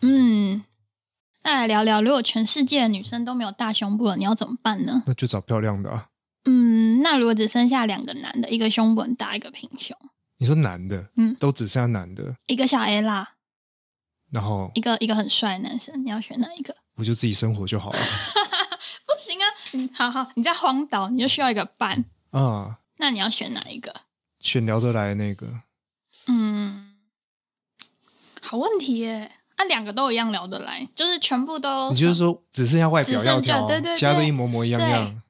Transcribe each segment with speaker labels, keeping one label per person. Speaker 1: 嗯来聊聊，如果全世界的女生都没有大胸部了，你要怎么办呢？
Speaker 2: 那就找漂亮的啊。
Speaker 1: 嗯，那如果只剩下两个男的，一个胸部很大，一个平胸，
Speaker 2: 你说男的，
Speaker 1: 嗯
Speaker 2: 都只剩下男的，
Speaker 1: 一个小 A 啦，
Speaker 2: 然后
Speaker 1: 一个一个很帅的男生，你要选哪一个？
Speaker 2: 我就自己生活就好了
Speaker 1: 不行啊，嗯，好好，你在荒岛，你就需要一个伴，
Speaker 2: 啊。
Speaker 1: 那你要选哪一个？
Speaker 2: 选聊得来的那个，
Speaker 1: 嗯，好问题耶。那、两个都一样聊得来，就是全部都
Speaker 2: 你就是说只剩下外表
Speaker 1: 只剩
Speaker 2: 要挑，
Speaker 1: 下对对对
Speaker 2: 其他都一模模一样样。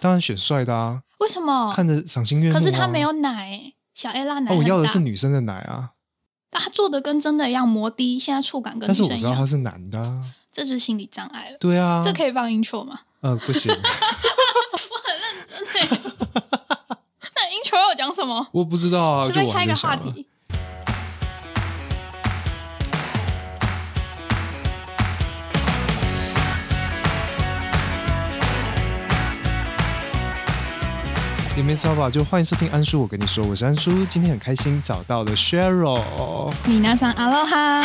Speaker 2: 当然选帅的啊，
Speaker 1: 为什么？
Speaker 2: 看着赏心悦目、啊。
Speaker 1: 可是他没有奶，小 A 拉奶、
Speaker 2: 哦，我要的是，女生的奶啊，
Speaker 1: 他做的跟真的一样，摩的，现在触感跟
Speaker 2: 但
Speaker 1: 女
Speaker 2: 是我
Speaker 1: 生一
Speaker 2: 知道他
Speaker 1: 样，
Speaker 2: 是男的、啊。
Speaker 1: 这就是心理障碍了。
Speaker 2: 对啊，
Speaker 1: 这可以放 intro 吗？
Speaker 2: 呃不行，
Speaker 1: 那 intro 要讲什么？
Speaker 2: 我不知道啊，
Speaker 1: 随
Speaker 2: 就
Speaker 1: 便
Speaker 2: 我
Speaker 1: 开
Speaker 2: 还
Speaker 1: 一
Speaker 2: 没
Speaker 1: 个话
Speaker 2: 想啊。
Speaker 1: 题。
Speaker 2: 也没差吧，就欢迎收听安叔，我跟你说，我是安叔，今天很开心找到了 Cheryl，
Speaker 1: 你拿上阿罗哈，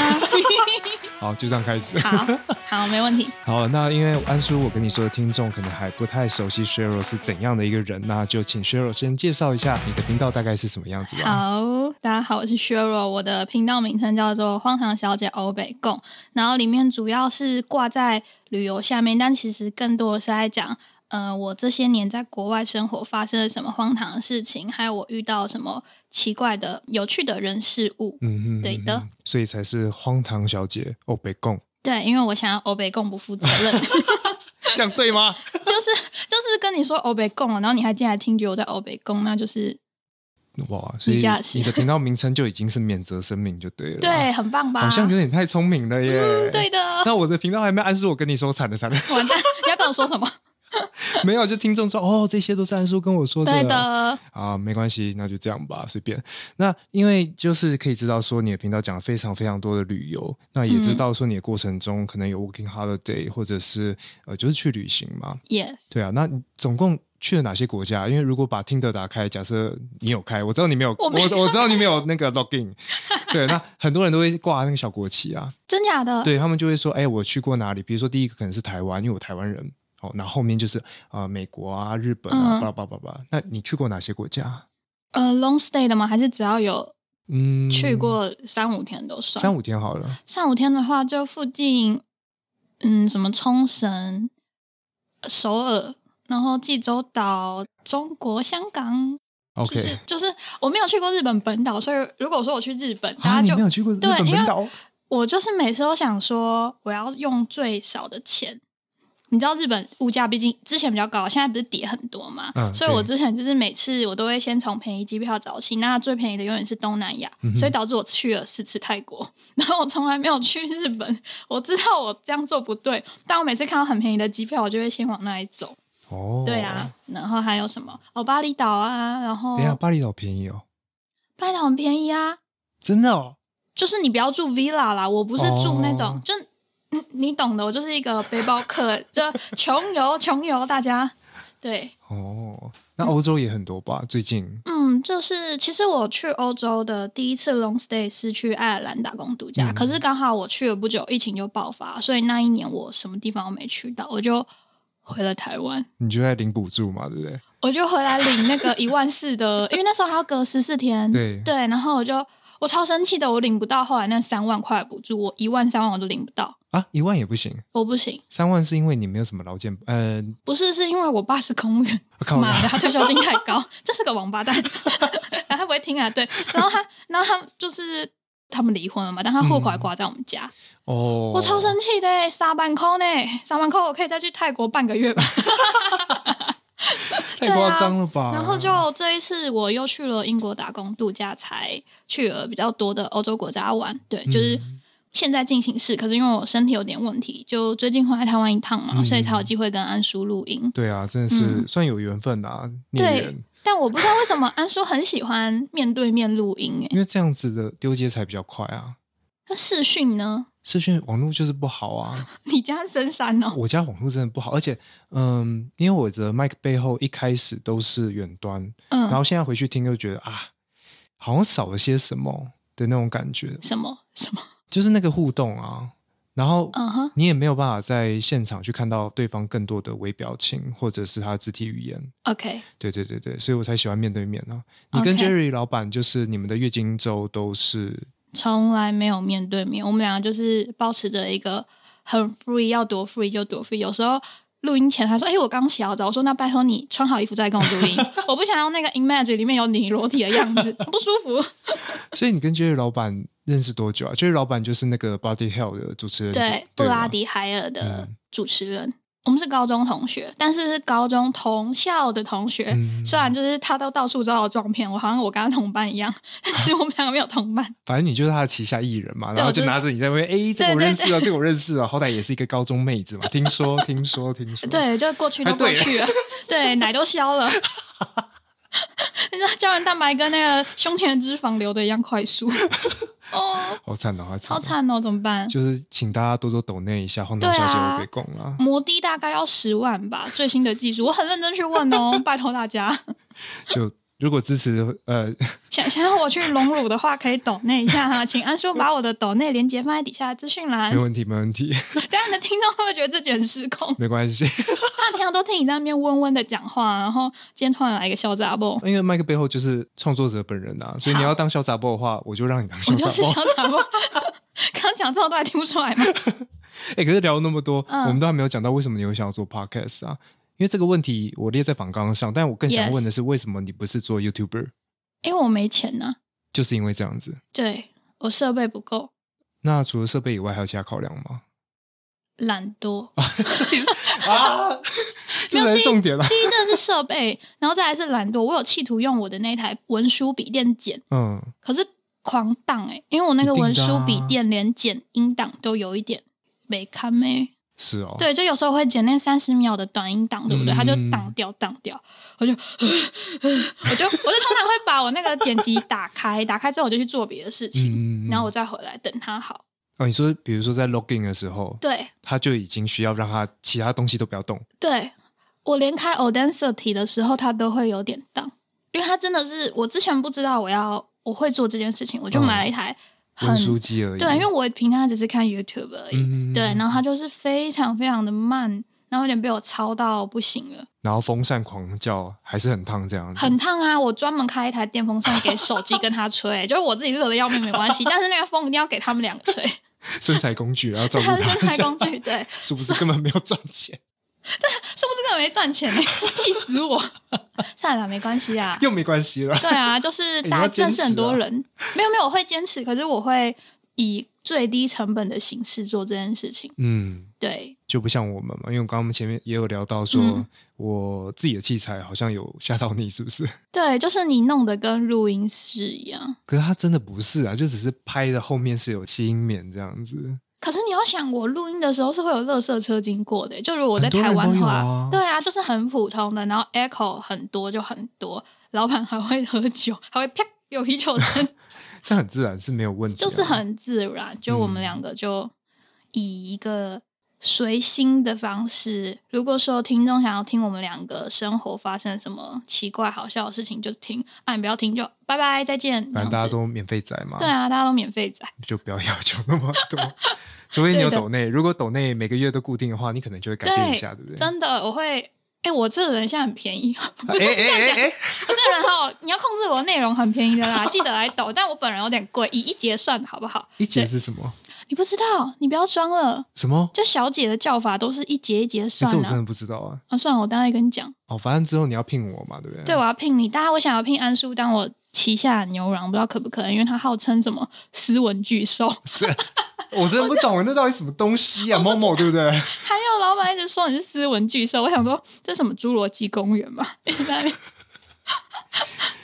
Speaker 2: 好，就这样开始。
Speaker 1: 好好，没问题。
Speaker 2: 好，那因为安叔，我跟你说的听众可能还不太熟悉 Cheryl 是怎样的一个人，那就请 Cheryl 先介绍一下你的频道大概是什么样子吧。
Speaker 1: 好，大家好，我是 Sheryl，我的频道名称叫做《荒唐小姐欧北共》，然后里面主要是挂在旅游下面，但其实更多的是在讲，呃，我这些年在国外生活发生了什么荒唐的事情，还有我遇到什么奇怪的、有趣的人事物。
Speaker 2: 嗯嗯，
Speaker 1: 对
Speaker 2: 嗯
Speaker 1: 的
Speaker 2: 嗯所以才是荒唐小姐哦，北贡，
Speaker 1: 对，因为我想要欧北共不负责任， 就是
Speaker 2: 这样 对吗？
Speaker 1: 就是跟你说欧北共了，然后你还进来听，觉得我在欧北共，那就是
Speaker 2: 哇，所以
Speaker 1: 家的事
Speaker 2: 你的频道名称就已经是免责声明就对了。啊
Speaker 1: 对，，很棒吧？
Speaker 2: 好像有点太聪明了耶。
Speaker 1: 嗯，对。的。
Speaker 2: 那我的频道还没安叔，我跟你说惨了 惨了，
Speaker 1: 完蛋，你要跟我说 什么？
Speaker 2: 没有，就听众说哦，这些都是安叔跟我说的。
Speaker 1: 对的，
Speaker 2: 啊，没关系，那就这样吧，随便。那因为就是可以知道说你的频道讲了非常非常多的旅游，那也知
Speaker 1: 嗯
Speaker 2: 道说你的过程中可能有 working holiday 或者是呃就是去旅行嘛，
Speaker 1: yes。
Speaker 2: 对啊。那你总共去了哪些国家？因为如果把 Tinder 打开，假设你有开，我知道你没有，
Speaker 1: 我没有
Speaker 2: 我知道你没有那个 login，对，那很多人都会挂那个小国旗啊，
Speaker 1: 真假的？
Speaker 2: 对他们就会说，哎、我去过哪里？比如说第一个可能是台湾，因为我台湾人。哦，那后面就是啊、呃美国啊、日本啊，
Speaker 1: 嗯
Speaker 2: 叭叭叭叭。那你去过哪些国家？啊
Speaker 1: 呃，long stay 的吗？还是只要有
Speaker 2: 嗯，
Speaker 1: 去过三五天都算？
Speaker 2: 三五天好了。
Speaker 1: 三五天的话，就附近，嗯，什么冲绳、呃首尔，然后济州岛、中国香港，
Speaker 2: OK，
Speaker 1: 就是就是我没有去过日本本岛，所以如果说我去日本，
Speaker 2: 啊，
Speaker 1: 大
Speaker 2: 你
Speaker 1: 家
Speaker 2: 没
Speaker 1: 就
Speaker 2: 有去过日
Speaker 1: 对
Speaker 2: 本
Speaker 1: 因为
Speaker 2: 本岛？
Speaker 1: 我就是每次都想说，我要用最少的钱。你知道日本物价毕竟之前比较高，现在不是跌很多嘛，
Speaker 2: 嗯
Speaker 1: 所以我
Speaker 2: 对
Speaker 1: 之前就是每次我都会先从便宜机票找起，那最便宜的永远是东南亚，
Speaker 2: 嗯哼
Speaker 1: 所以导致我去了四次泰国， 然后我从来没有去日本，我知道我这样做不对，但我每次看到很便宜的机票，我就会先往那里走。
Speaker 2: 哦，
Speaker 1: 对啊。，然后还有什么哦，巴厘岛啊，然后
Speaker 2: 等一下，巴厘岛便宜哦，
Speaker 1: 巴厘岛很便宜啊，
Speaker 2: 真的哦。
Speaker 1: 就是你不要住 villa 啦，我不是住那种，
Speaker 2: 哦
Speaker 1: 就嗯你懂的，我就是一个背包客，就穷游穷游，大家 对，
Speaker 2: 哦，那欧洲也很多吧？最近
Speaker 1: 嗯，就是其实我去欧洲的第一次 long stay 是去爱尔兰打工度假，
Speaker 2: 嗯
Speaker 1: 可是刚好我去了不久，疫情就爆发，所以那一年我什么地方都没去到，我就回了台湾。
Speaker 2: 你就在领补助嘛，对不对？
Speaker 1: 我就回来领那 个一万四的，因为那时候还要隔十四天，
Speaker 2: 对
Speaker 1: 然后我就我超生气的，我领不到后来那三万块补助，我一万三万我都领不到，
Speaker 2: 啊，一万也不行，
Speaker 1: 我不行。
Speaker 2: 三万是因为你没有什么劳健，呃，
Speaker 1: 不是，是因为我爸是公务员，
Speaker 2: 我靠，
Speaker 1: 妈的，他退休金太高，这是个王八蛋， 他不会听啊。对，然后他，然后他就是他们离婚了嘛，但他户口还挂在我们家，
Speaker 2: 嗯哦，
Speaker 1: 我超生气的、欸三万块呢，三万块我可以再去泰国半个月吧。
Speaker 2: 太夸张了吧？
Speaker 1: 啊然后就这一次我又去了英国打工度假，才去了比较多的欧洲国家玩。对，就是
Speaker 2: 嗯
Speaker 1: 现在进行式，可是因为我身体有点问题，就最近回来台湾一趟嘛，
Speaker 2: 嗯
Speaker 1: 所以才有机会跟安叔录音。
Speaker 2: 对啊，真的是
Speaker 1: 嗯
Speaker 2: 算有缘分啊，孽
Speaker 1: 对
Speaker 2: 缘，
Speaker 1: 但我不知道为什么安叔很喜欢面对面录音、欸，
Speaker 2: 因为这样子的丢接才比较快啊。
Speaker 1: 那视讯呢？
Speaker 2: 视讯网络就是不好啊，
Speaker 1: 你家深山哦，
Speaker 2: 我家网络真的不好，而且，嗯，因为我的麦克背后一开始都是远端，然
Speaker 1: 嗯，
Speaker 2: 后现在回去听就觉得啊，好像少了些什么的那种感觉，
Speaker 1: 什么什么，
Speaker 2: 就是那个互动啊。然后
Speaker 1: 嗯哼，
Speaker 2: 你也没有办法在现场去看到对方更多的微表情或者是他肢体语言。
Speaker 1: OK，
Speaker 2: 对对对对，所以我才喜欢面对面呢、你跟
Speaker 1: OK
Speaker 2: Jerry 老板就是你们的月经周都是
Speaker 1: 从来没有面对面，我们两个就是保持着一个很 free，要多 free 就多 free。有时候录音前他说：“哎、我刚洗好澡。”我说：“那拜托你穿好衣服再跟我录音，我不想要那个 image 里面有你裸体的样子，不舒服。
Speaker 2: 所以你跟 Jerry 老板认识多久啊？Jerry 老板就是那个 Body Hell 的主持”人，
Speaker 1: 对，布
Speaker 2: 对
Speaker 1: 拉
Speaker 2: 吗
Speaker 1: 迪海尔的
Speaker 2: 嗯
Speaker 1: 主持人，我们是高中同学，但是是高中同校的同学。
Speaker 2: 嗯
Speaker 1: 虽然就是他都到处找我撞骗，我好像我跟他同班一样，但其实我们两个没有同 班。
Speaker 2: 反正你就是他的旗下艺人嘛，
Speaker 1: 对
Speaker 2: 然后
Speaker 1: 我就
Speaker 2: 就
Speaker 1: 是
Speaker 2: 拿着你在那边，哎，这个
Speaker 1: 对
Speaker 2: 我
Speaker 1: 对
Speaker 2: 认识啊，这个我认识啊，好歹也是一个高中妹子嘛，听 说，听说，听说，，
Speaker 1: 对，就过去
Speaker 2: 哎
Speaker 1: 都过
Speaker 2: 对了
Speaker 1: 去 了，对，奶都消了。你知道胶原蛋白跟那个胸前的脂肪流的一样快 速，哦，
Speaker 2: 好惨哦，好惨，
Speaker 1: 超，惨哦，怎么办？
Speaker 2: 就是请大家多多抖内一下，荒唐小姐
Speaker 1: 对啊
Speaker 2: 会被供啊。
Speaker 1: 摩的大概要十万吧，最新的技术，我很认真去问哦，拜托大家，
Speaker 2: 就如果支持呃，
Speaker 1: 想想要我去隆乳的话，可以抖内一下哈，请安叔把我的抖内连接放在底下的资讯栏
Speaker 2: 没。问题，没问题，
Speaker 1: 等一下你的听众会不会觉得自己很失控？
Speaker 2: 没关系，
Speaker 1: 他平常都听你在那边温温的讲话，然后今天突然来一个小杂包，
Speaker 2: 因为麦克背后就是创作者本人啊，所以你
Speaker 1: 好
Speaker 2: 要当小杂包的话，我就让你当小
Speaker 1: 我
Speaker 2: 杂
Speaker 1: 就是
Speaker 2: 包。
Speaker 1: 小杂包。 刚讲这么多还听不出来吗？
Speaker 2: 哎、可是聊了那么多，
Speaker 1: 嗯
Speaker 2: 我们都还没有讲到为什么你会想要做 podcast 啊？因为这个问题我列在访纲上，但我更想
Speaker 1: Yes
Speaker 2: 问的是，为什么你不是做 YouTuber？
Speaker 1: 因为我没钱呐、
Speaker 2: 就是因为这样子。
Speaker 1: 对我设备不够，
Speaker 2: 那除了设备以外，还有其他考量吗？
Speaker 1: 懒 惰。
Speaker 2: 啊， 这才是重点啦。啊
Speaker 1: 第一，这是设备，然后再来是懒惰。我有企图用我的那台文书笔电剪，
Speaker 2: 嗯，
Speaker 1: 可是狂荡哎、因为我那个
Speaker 2: 一定的啊
Speaker 1: 文书笔电连剪音档都有一点没欸看没、
Speaker 2: 是哦。，
Speaker 1: 对，就有时候会剪那三十秒的短音档，对不对？
Speaker 2: 嗯
Speaker 1: 它就挡掉，挡掉，我就， 我就，我就通常会把我那个剪辑打开，打开之后我就去做别的事情，
Speaker 2: 嗯，
Speaker 1: 然后我再回来等它好。
Speaker 2: 哦，你说比如说在 login 的时候，
Speaker 1: 对，
Speaker 2: 他就已经需要让他其他东西都不要动。
Speaker 1: 对我连开 Audacity 的时候，它都会有点荡，因为它真的是我之前不知道我要我会做这件事情，我就
Speaker 2: 嗯
Speaker 1: 买了一台很、
Speaker 2: 文书机而已。
Speaker 1: 对，因为我平常只是看 YouTube 而已，
Speaker 2: 嗯
Speaker 1: 对，然后它就是非常非常的慢，然后有点被我操到不行了，
Speaker 2: 然后风扇狂叫还是很烫这样子，
Speaker 1: 很烫啊！我专门开一台电风扇给手机跟它吹， 就是我自己热的要命没关系，但是那个风一定要给他们两个吹，
Speaker 2: 身材工具，然后照
Speaker 1: 对，它
Speaker 2: 顾
Speaker 1: 是
Speaker 2: 他
Speaker 1: 身，材工具，对，
Speaker 2: 是不是根本没有赚钱，
Speaker 1: 是不是根本没赚钱呢、气死我！ 算了，没关系啊，
Speaker 2: 又没关系了。
Speaker 1: 对啊，就是
Speaker 2: 你
Speaker 1: 大
Speaker 2: 要
Speaker 1: 家
Speaker 2: 坚
Speaker 1: 认识很
Speaker 2: 持啊
Speaker 1: 多人，没有没有，我会坚持，可是我会以最低成本的形式做这件事情。
Speaker 2: 嗯，
Speaker 1: 对，
Speaker 2: 就不像我们嘛，因为我刚刚我们前面也有聊到说，
Speaker 1: 嗯
Speaker 2: 我自己的器材好像有吓到你，是不是？
Speaker 1: 对，就是你弄得跟录音室一样。
Speaker 2: 可是它真的不是啊，就只是拍的后面是有吸音棉这样子。
Speaker 1: 可是你要想，我录音的时候是会有垃圾车经过的、就如果我在
Speaker 2: 很多
Speaker 1: 台湾
Speaker 2: 人
Speaker 1: 的
Speaker 2: 都
Speaker 1: 话，
Speaker 2: 有啊
Speaker 1: 对啊，就是很普通的，然后 echo 很多就很多，老板还会喝酒， 还会啪有啤酒 声，
Speaker 2: 啊这很自然是没有问题、啊，
Speaker 1: 就是很自然。就我们
Speaker 2: 嗯
Speaker 1: 两个就以一个随心的方式，如果说听众想要听我们两个生活发生什么奇怪好笑的事情，就听；啊，你不要听就拜拜再见。
Speaker 2: 反正大家
Speaker 1: 这样
Speaker 2: 都免费仔嘛，
Speaker 1: 子对啊，大家都免费仔。
Speaker 2: 就不要要求那么 多。除非你有
Speaker 1: 对的
Speaker 2: 抖内，如果抖内每个月都固定的话，你可能就会改变一下，对不对？
Speaker 1: 真的，我会。哎、我这个人现在很便 宜，不是
Speaker 2: 哎
Speaker 1: 这样
Speaker 2: 哎
Speaker 1: 讲，
Speaker 2: 哎哎，
Speaker 1: 我这个人哈，你要控制我的内容很便宜的啦，记得来抖。但我本人有点贵，以一节算好不好？
Speaker 2: 一节是什么？
Speaker 1: 你不知道，你不要装了。
Speaker 2: 什么？
Speaker 1: 就小姐的叫法都是一节一节
Speaker 2: 哎
Speaker 1: 算
Speaker 2: 这我
Speaker 1: 的、
Speaker 2: 真的不知道啊。
Speaker 1: 啊，算了，我待会跟你讲。
Speaker 2: 哦，反正之后你要聘我嘛，对不对？
Speaker 1: 对，我要聘你，大家我想要聘安叔当我旗下的牛郎，不知道可不可能，因为他号称什么斯文巨兽。
Speaker 2: 是，我真的不懂那到底什么东西啊，某某对不对？
Speaker 1: 还有老板一直说你是斯文巨兽，我想说这什么侏罗纪公园嘛？ 一直在那边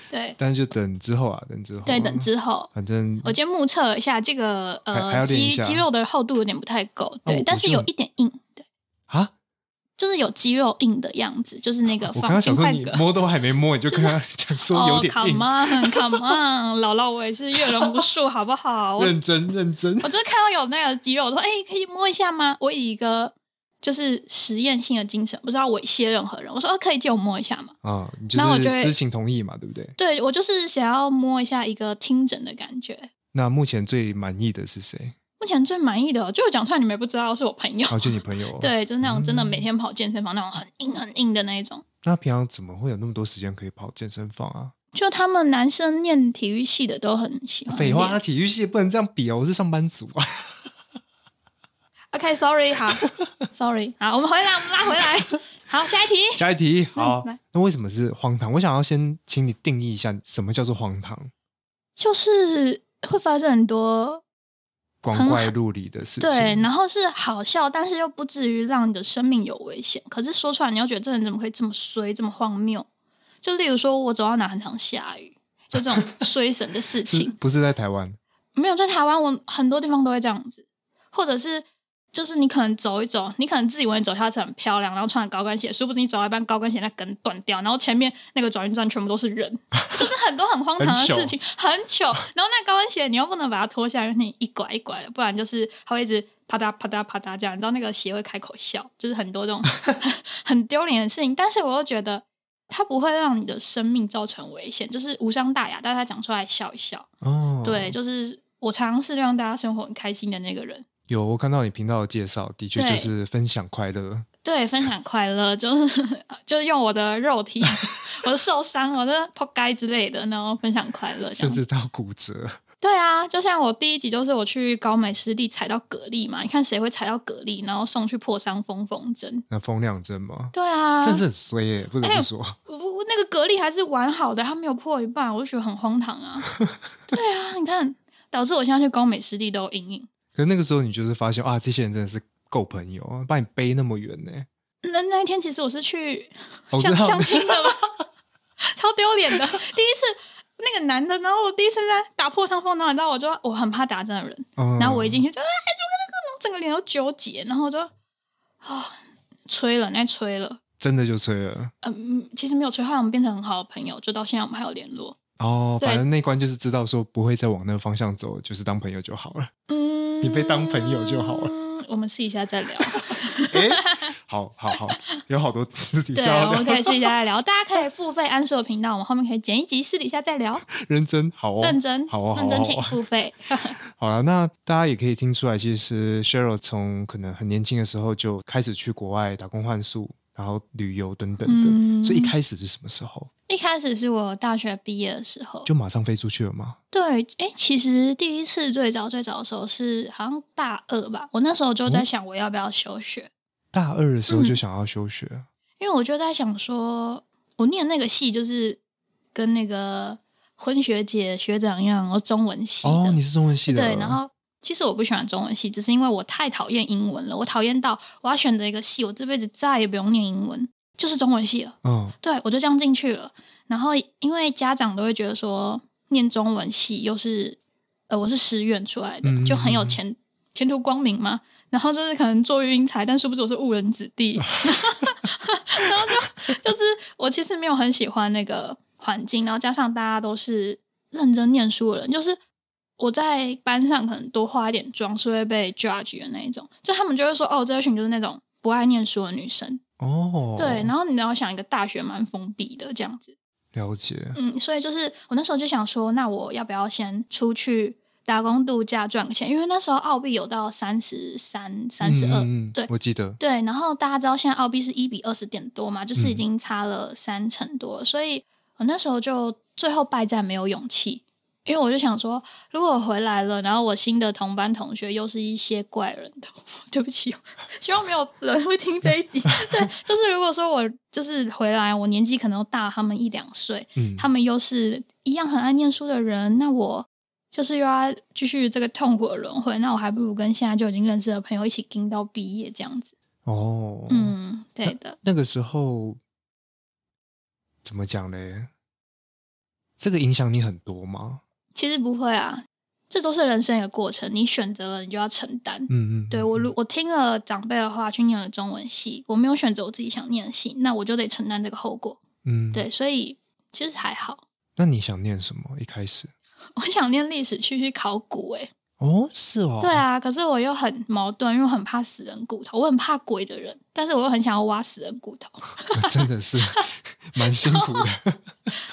Speaker 1: 对
Speaker 2: 但是就等之后啊，等之后啊，
Speaker 1: 对，等之后。
Speaker 2: 反正
Speaker 1: 我今天目测了一下，这个
Speaker 2: 还还要
Speaker 1: 呃
Speaker 2: 练一
Speaker 1: 肌
Speaker 2: 下哦
Speaker 1: 肌肉的厚度有点不太够，
Speaker 2: 我
Speaker 1: 对，但是
Speaker 2: 我就
Speaker 1: 有一点硬，对，
Speaker 2: 啊，
Speaker 1: 就是有肌肉硬的样子，就是那个
Speaker 2: 我
Speaker 1: 放
Speaker 2: 刚刚想
Speaker 1: 冰
Speaker 2: 说
Speaker 1: 块
Speaker 2: 你
Speaker 1: 格。
Speaker 2: 摸都还没摸，你就 跟他讲说有点
Speaker 1: 哦、
Speaker 2: 硬，
Speaker 1: ，come on，come on，姥姥我也是阅人无数，好不好？啊我
Speaker 2: 认真认 真
Speaker 1: 我。就是看到有那个肌肉，我说：“哎、可以摸一下吗？”我以一个就是实验性的精神，不知道猥亵任何人。我说：“哦，可以借我摸一下吗
Speaker 2: 啊，你就
Speaker 1: 然后我
Speaker 2: 是
Speaker 1: 就会
Speaker 2: 知情同意嘛，对不对？”？
Speaker 1: 对我就是想要摸一下一个听诊的感觉。
Speaker 2: 那目前最满意的是谁？
Speaker 1: 目目前最满意的，就我讲出来你们也不知道是我朋友，
Speaker 2: 哦，就你朋友、哦。，
Speaker 1: 对，就是那种真的每天跑健身房那种很硬很硬的那一种。
Speaker 2: 那平常怎么会有那么多时间可以跑健身房啊？
Speaker 1: 就他们男生念体育系的都很喜欢练。
Speaker 2: 废话，那体育系也不能这样比哦，我是上班族啊。
Speaker 1: OK，Sorry，、好 ，Sorry，好，我们回来，我们拉回来。好，下一题。
Speaker 2: 下一题，好
Speaker 1: 来，
Speaker 2: 那为什么是荒唐？我想要先请你定义一下什么叫做荒唐，
Speaker 1: 就是会发生很多
Speaker 2: 光怪陆离的事情。
Speaker 1: 对，然后是好笑，但是又不至于让你的生命有危险。可是说出来，你又觉得这人怎么可以这么衰，这么荒谬？就例如说，我走到哪很常下雨，就 这种衰神的事
Speaker 2: 是
Speaker 1: 情。
Speaker 2: 不是在台湾？
Speaker 1: 没有在台湾，我很多地方都会这样子，或者是就是你可能走一走，你可能自以为你走下去很漂亮，然后穿着高跟鞋，殊不知你走到一半高跟鞋那跟断掉，然后前面那个转运站全部都是 人，就是很多很荒唐的事情，很糗。然后那高跟鞋你又不能把它脱下来，因为你一拐一拐的，不然就是它会一直啪嗒啪嗒啪嗒这样，你知道那个鞋会开口笑，就是很多这种 很很丢脸的事情。但是我又觉得它不会让你的生命造成危险，就是无伤大雅，但是它讲出来笑一笑。
Speaker 2: 哦，
Speaker 1: 对，，就是我尝试让大家生活很开心的那个人。
Speaker 2: 有我看到你频道的介绍，的确就
Speaker 1: 对
Speaker 2: 是分享快乐。
Speaker 1: 对，分享快乐，就是就是用我的肉 体，我的受伤，我的破街之类的，然后分享快乐。这
Speaker 2: 甚
Speaker 1: 样
Speaker 2: 至到骨折，
Speaker 1: 对啊，就像我第一集就是我去高美湿地踩到蛤蜊嘛，你看谁会踩到蛤蜊，然后送去破伤风缝针？
Speaker 2: 那风量真吗？
Speaker 1: 对啊，哎
Speaker 2: 甚至很衰耶、不得不说，
Speaker 1: 我我那个蛤蜊还是完好的，它没有破一半，我就觉得很荒唐 啊。对啊，你看，导致我现在去高美湿地都有阴影。
Speaker 2: 可是那个时候你就是发现啊，这些人真的是够朋友啊，把你背那么远呢、
Speaker 1: 那那一天其实我是去
Speaker 2: 我知
Speaker 1: 相
Speaker 2: 道
Speaker 1: 相亲 的吧，超丢脸的。第一次那个男的，然后我第一次在打破伤风，然后你知道我就我很怕打针的人，
Speaker 2: 嗯
Speaker 1: 然后我一进去就哎，我整个脸都纠结，然后我就啊、吹了，那吹了，
Speaker 2: 真的就吹了
Speaker 1: 嗯，其实没有吹，后来我们变成很好的朋友，就到现在我们还有联络。
Speaker 2: 哦。
Speaker 1: 对
Speaker 2: 反正那关就是知道说不会再往那个方向走，就是当朋友就好 了。
Speaker 1: 嗯，
Speaker 2: 你被当朋友就好了
Speaker 1: 了。我们试一下再聊，
Speaker 2: 哎、好好好，有好多私 底
Speaker 1: 对，啊
Speaker 2: 下要
Speaker 1: 我们
Speaker 2: 聊，
Speaker 1: 可以试一下再聊。大家可以付费安硕频道，我们后面可以剪一集，私底下再聊。
Speaker 2: 认真好哦，
Speaker 1: 认真，
Speaker 2: 好哦，好
Speaker 1: 认
Speaker 2: 哦
Speaker 1: 真，
Speaker 2: 好
Speaker 1: 请
Speaker 2: 哦
Speaker 1: 付费。
Speaker 2: 好了，那大家也可以听出来，其实 Cheryl 从可能很年轻的时候就开始去国外打工换宿，然后旅游等等的。
Speaker 1: 嗯
Speaker 2: 所以一开始是什么时候？
Speaker 1: 一开始是我大学毕业的时候，
Speaker 2: 就马上飞出去了吗？
Speaker 1: 对，哎，其实第一次最早最早的时候是好像大二吧，我那时候就
Speaker 2: 哦
Speaker 1: 在想我要不要休学，
Speaker 2: 大二的时候
Speaker 1: 嗯
Speaker 2: 就想要休学，
Speaker 1: 因为我就在想说，我念那个系就是跟那个婚学姐学长一样，然后中文系的，
Speaker 2: 哦，你是中文系的，
Speaker 1: 对，然后。其实我不喜欢中文系，只是因为我太讨厌英文了。我讨厌到我要选择一个系，我这辈子再也不用念英文，就是中文系了。
Speaker 2: 嗯，
Speaker 1: 对我就这样进去了。然后因为家长都会觉得说，念中文系又是呃我是师院出来的，
Speaker 2: 嗯
Speaker 1: 就很有前前途光明嘛。然后就是可能做育英才，但殊不知我是误人子 弟。然后就就是我其实没有很喜欢那个环境，然后加上大家都是认真念书的人，就是我在班上可能多化一点妆是会被 judge 的那一种，就他们就会说哦，这群就是那种不爱念书的女生。
Speaker 2: 哦，
Speaker 1: 对，然后你要想一个大学蛮封闭的这样子，
Speaker 2: 了解，
Speaker 1: 嗯，所以就是我那时候就想说，那我要不要先出去打工度假赚个钱？因为那时候澳币有到三十三、三十二，
Speaker 2: 嗯嗯嗯
Speaker 1: 对
Speaker 2: 我记得，
Speaker 1: 对。然后大家知道现在澳币是一比二十点多嘛，就是已
Speaker 2: 嗯
Speaker 1: 经差了三成多了，所以我那时候就最后败在没有勇气。因为我就想说，如果我回来了，然后我新的同班同学又是一些怪人的， 对不起，哦希望没有人会听这一集。对，就是如果说我就是回来，我年纪可能又大他们一两岁，
Speaker 2: 嗯，
Speaker 1: 他们又是一样很爱念书的人，那我就是又要继续这个痛苦的轮回，那我还不如跟现在就已经认识的朋友一起盯到毕业这样子。
Speaker 2: 哦，，
Speaker 1: 嗯，对的，
Speaker 2: 那个时候怎么讲嘞？这个影响你很多吗？
Speaker 1: 其实不会啊，这都是人生一个过程，你选择了，你就要承担。
Speaker 2: 嗯嗯，
Speaker 1: 对
Speaker 2: 嗯
Speaker 1: 我，
Speaker 2: 嗯
Speaker 1: 如我听了长辈的话去念了中文系，我没有选择我自己想念的系，那我就得承担这个后果。
Speaker 2: 嗯，
Speaker 1: 对，所以其实还好。
Speaker 2: 那你想念什么？一开始
Speaker 1: 我想念历史去去考古、欸，
Speaker 2: 哦，是哦，
Speaker 1: 对，啊，可是我又很矛盾，因为我很怕死人骨头，我很怕鬼的人，但是我又很想要挖死人骨头。
Speaker 2: 真的是蛮辛苦的。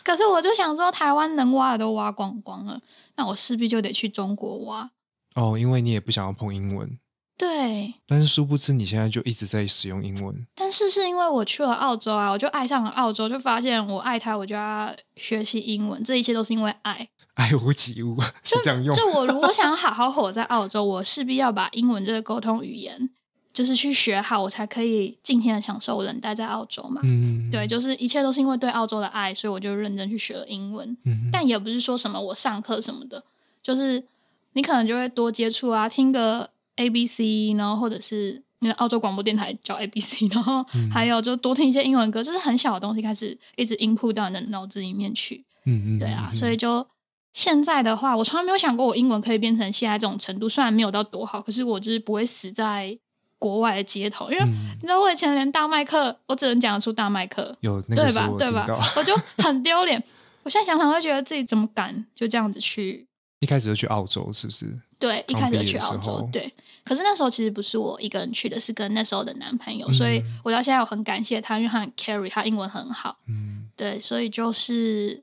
Speaker 1: 可是我就想说，台湾能挖的都挖光光了，那我势必就得去中国挖。
Speaker 2: 哦，因为你也不想要碰英文，
Speaker 1: 对，
Speaker 2: 但是殊不知你现在就一直在使用英文。
Speaker 1: 但是是因为我去了澳洲啊，我就爱上了澳洲，就发现我爱它，我就要学习英文，这一切都是因为爱。
Speaker 2: 爱屋及乌 是这样用，
Speaker 1: 就我如果想要好好活在澳洲，我势必要把英文这个沟通语言，就是去学好，我才可以尽情的享受我人待在澳洲嘛。
Speaker 2: 嗯，
Speaker 1: 对，就是一切都是因为对澳洲的爱，所以我就认真去学了英文。
Speaker 2: 嗯
Speaker 1: 但也不是说什么我上课什么的，就是你可能就会多接触啊，听个 A B C，然后或者是那个澳洲广播电台叫 A B C，然 后
Speaker 2: 嗯
Speaker 1: 还有就多听一些英文歌，就是很小的东西开始一直 input 到你的脑子里面去。
Speaker 2: 嗯嗯，
Speaker 1: 对啊，
Speaker 2: 嗯
Speaker 1: 所以就现在的话，我从来没有想过我英文可以变成现在这种程度。虽然没有到多好，可是我就是不会死在国外的街头，因为
Speaker 2: 嗯
Speaker 1: 你知道，我以前连大麦克，我只能讲得出大麦克，
Speaker 2: 有那个
Speaker 1: 对
Speaker 2: 是
Speaker 1: 吧？
Speaker 2: 我
Speaker 1: 对
Speaker 2: 听
Speaker 1: 吧
Speaker 2: 到，？
Speaker 1: 我就很丢脸。我现在想想，会觉得自己怎么敢就这样子去？
Speaker 2: 一开始就去澳洲是不是？
Speaker 1: 对，一
Speaker 2: 刚
Speaker 1: 开始就
Speaker 2: 毕业
Speaker 1: 去
Speaker 2: 的时
Speaker 1: 澳洲
Speaker 2: 候，
Speaker 1: 对。可是那时候其实不是我一个人去的，是跟那时候的男朋友，
Speaker 2: 嗯
Speaker 1: 所以我到现在我很感谢他，因为他很 carry，他英文很好，
Speaker 2: 嗯，
Speaker 1: 对，所以就是，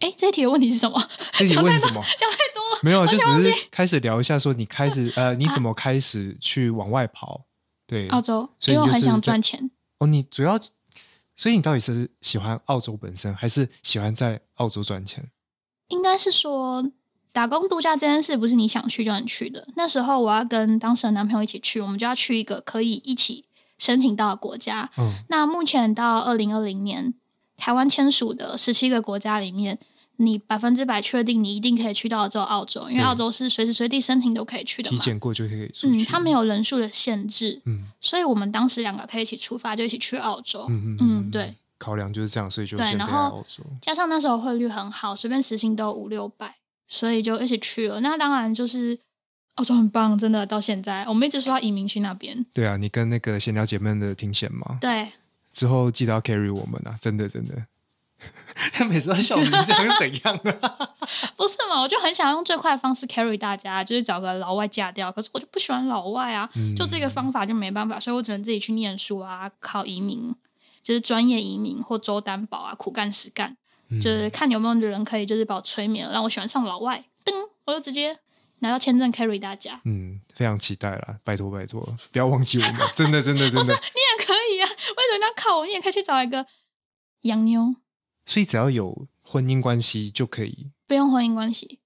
Speaker 1: 哎，这一题的问题是什么？
Speaker 2: 自己
Speaker 1: 讲太
Speaker 2: 问
Speaker 1: 多
Speaker 2: 什么？
Speaker 1: 讲太多了。
Speaker 2: 没有，啊就
Speaker 1: 而且忘
Speaker 2: 只
Speaker 1: 记啊
Speaker 2: 是开始聊一下，说你开始 呃，你怎么开始去往外跑？对，
Speaker 1: 澳洲，因
Speaker 2: 所
Speaker 1: 为
Speaker 2: 以你
Speaker 1: 我
Speaker 2: 就
Speaker 1: 很
Speaker 2: 是
Speaker 1: 想
Speaker 2: 在
Speaker 1: 赚钱。
Speaker 2: 哦，你主要，所以你到底是喜欢澳洲本身，还是喜欢在澳洲赚钱？
Speaker 1: 应该是说，打工度假这件事不是你想去就能去的。那时候我要跟当时的男朋友一起去，我们就要去一个可以一起申请到的国家。
Speaker 2: 嗯
Speaker 1: 那目前到二零二零年，台湾签署的十七个国家里面，你百分之百确定你一定可以去到的只有澳洲，因为
Speaker 2: 对
Speaker 1: 澳洲是随时随地申请都可以去的
Speaker 2: 体
Speaker 1: 嘛。
Speaker 2: 检过就可以出去。
Speaker 1: 嗯，它没有人数的限制，
Speaker 2: 嗯，
Speaker 1: 所以我们当时两个可以一起出发，就一起去澳洲。
Speaker 2: 嗯嗯
Speaker 1: 嗯对，
Speaker 2: 考量就是这样，所以就
Speaker 1: 对
Speaker 2: 选择
Speaker 1: 然
Speaker 2: 在
Speaker 1: 后
Speaker 2: 澳洲。
Speaker 1: 加上那时候汇率很好，随便时薪都有五六百，所以就一起去了。那当然就是澳洲很棒，真的到现在我们一直说要移民去那边。
Speaker 2: 对啊，你跟那个闲聊姐妹的庭贤嘛，
Speaker 1: 对，
Speaker 2: 之后记得要 carry 我们啊，真的真的。 每次都笑成这样怎样啊？
Speaker 1: 不是嘛？我就很想用最快的方式 carry 大家，就是找个老外嫁掉。可是我就不喜欢老外啊，
Speaker 2: 嗯
Speaker 1: 就这个方法就没办法，所以我只能自己去念书啊，考移民，就是专业移民或州担保啊，苦干实干，
Speaker 2: 嗯
Speaker 1: 就是看有没有人可以就是把我催眠了，让我喜欢上老外。噔，我就直接拿到签证 carry 大家。
Speaker 2: 嗯，非常期待啦，拜托拜托，不要忘记我们，真的真的 真
Speaker 1: 你
Speaker 2: 的。
Speaker 1: 也可以啊，为 什么一定要靠我？你也可以去找一个洋妞，
Speaker 2: 所以只要有婚姻关系就可以，
Speaker 1: 不用婚姻关系，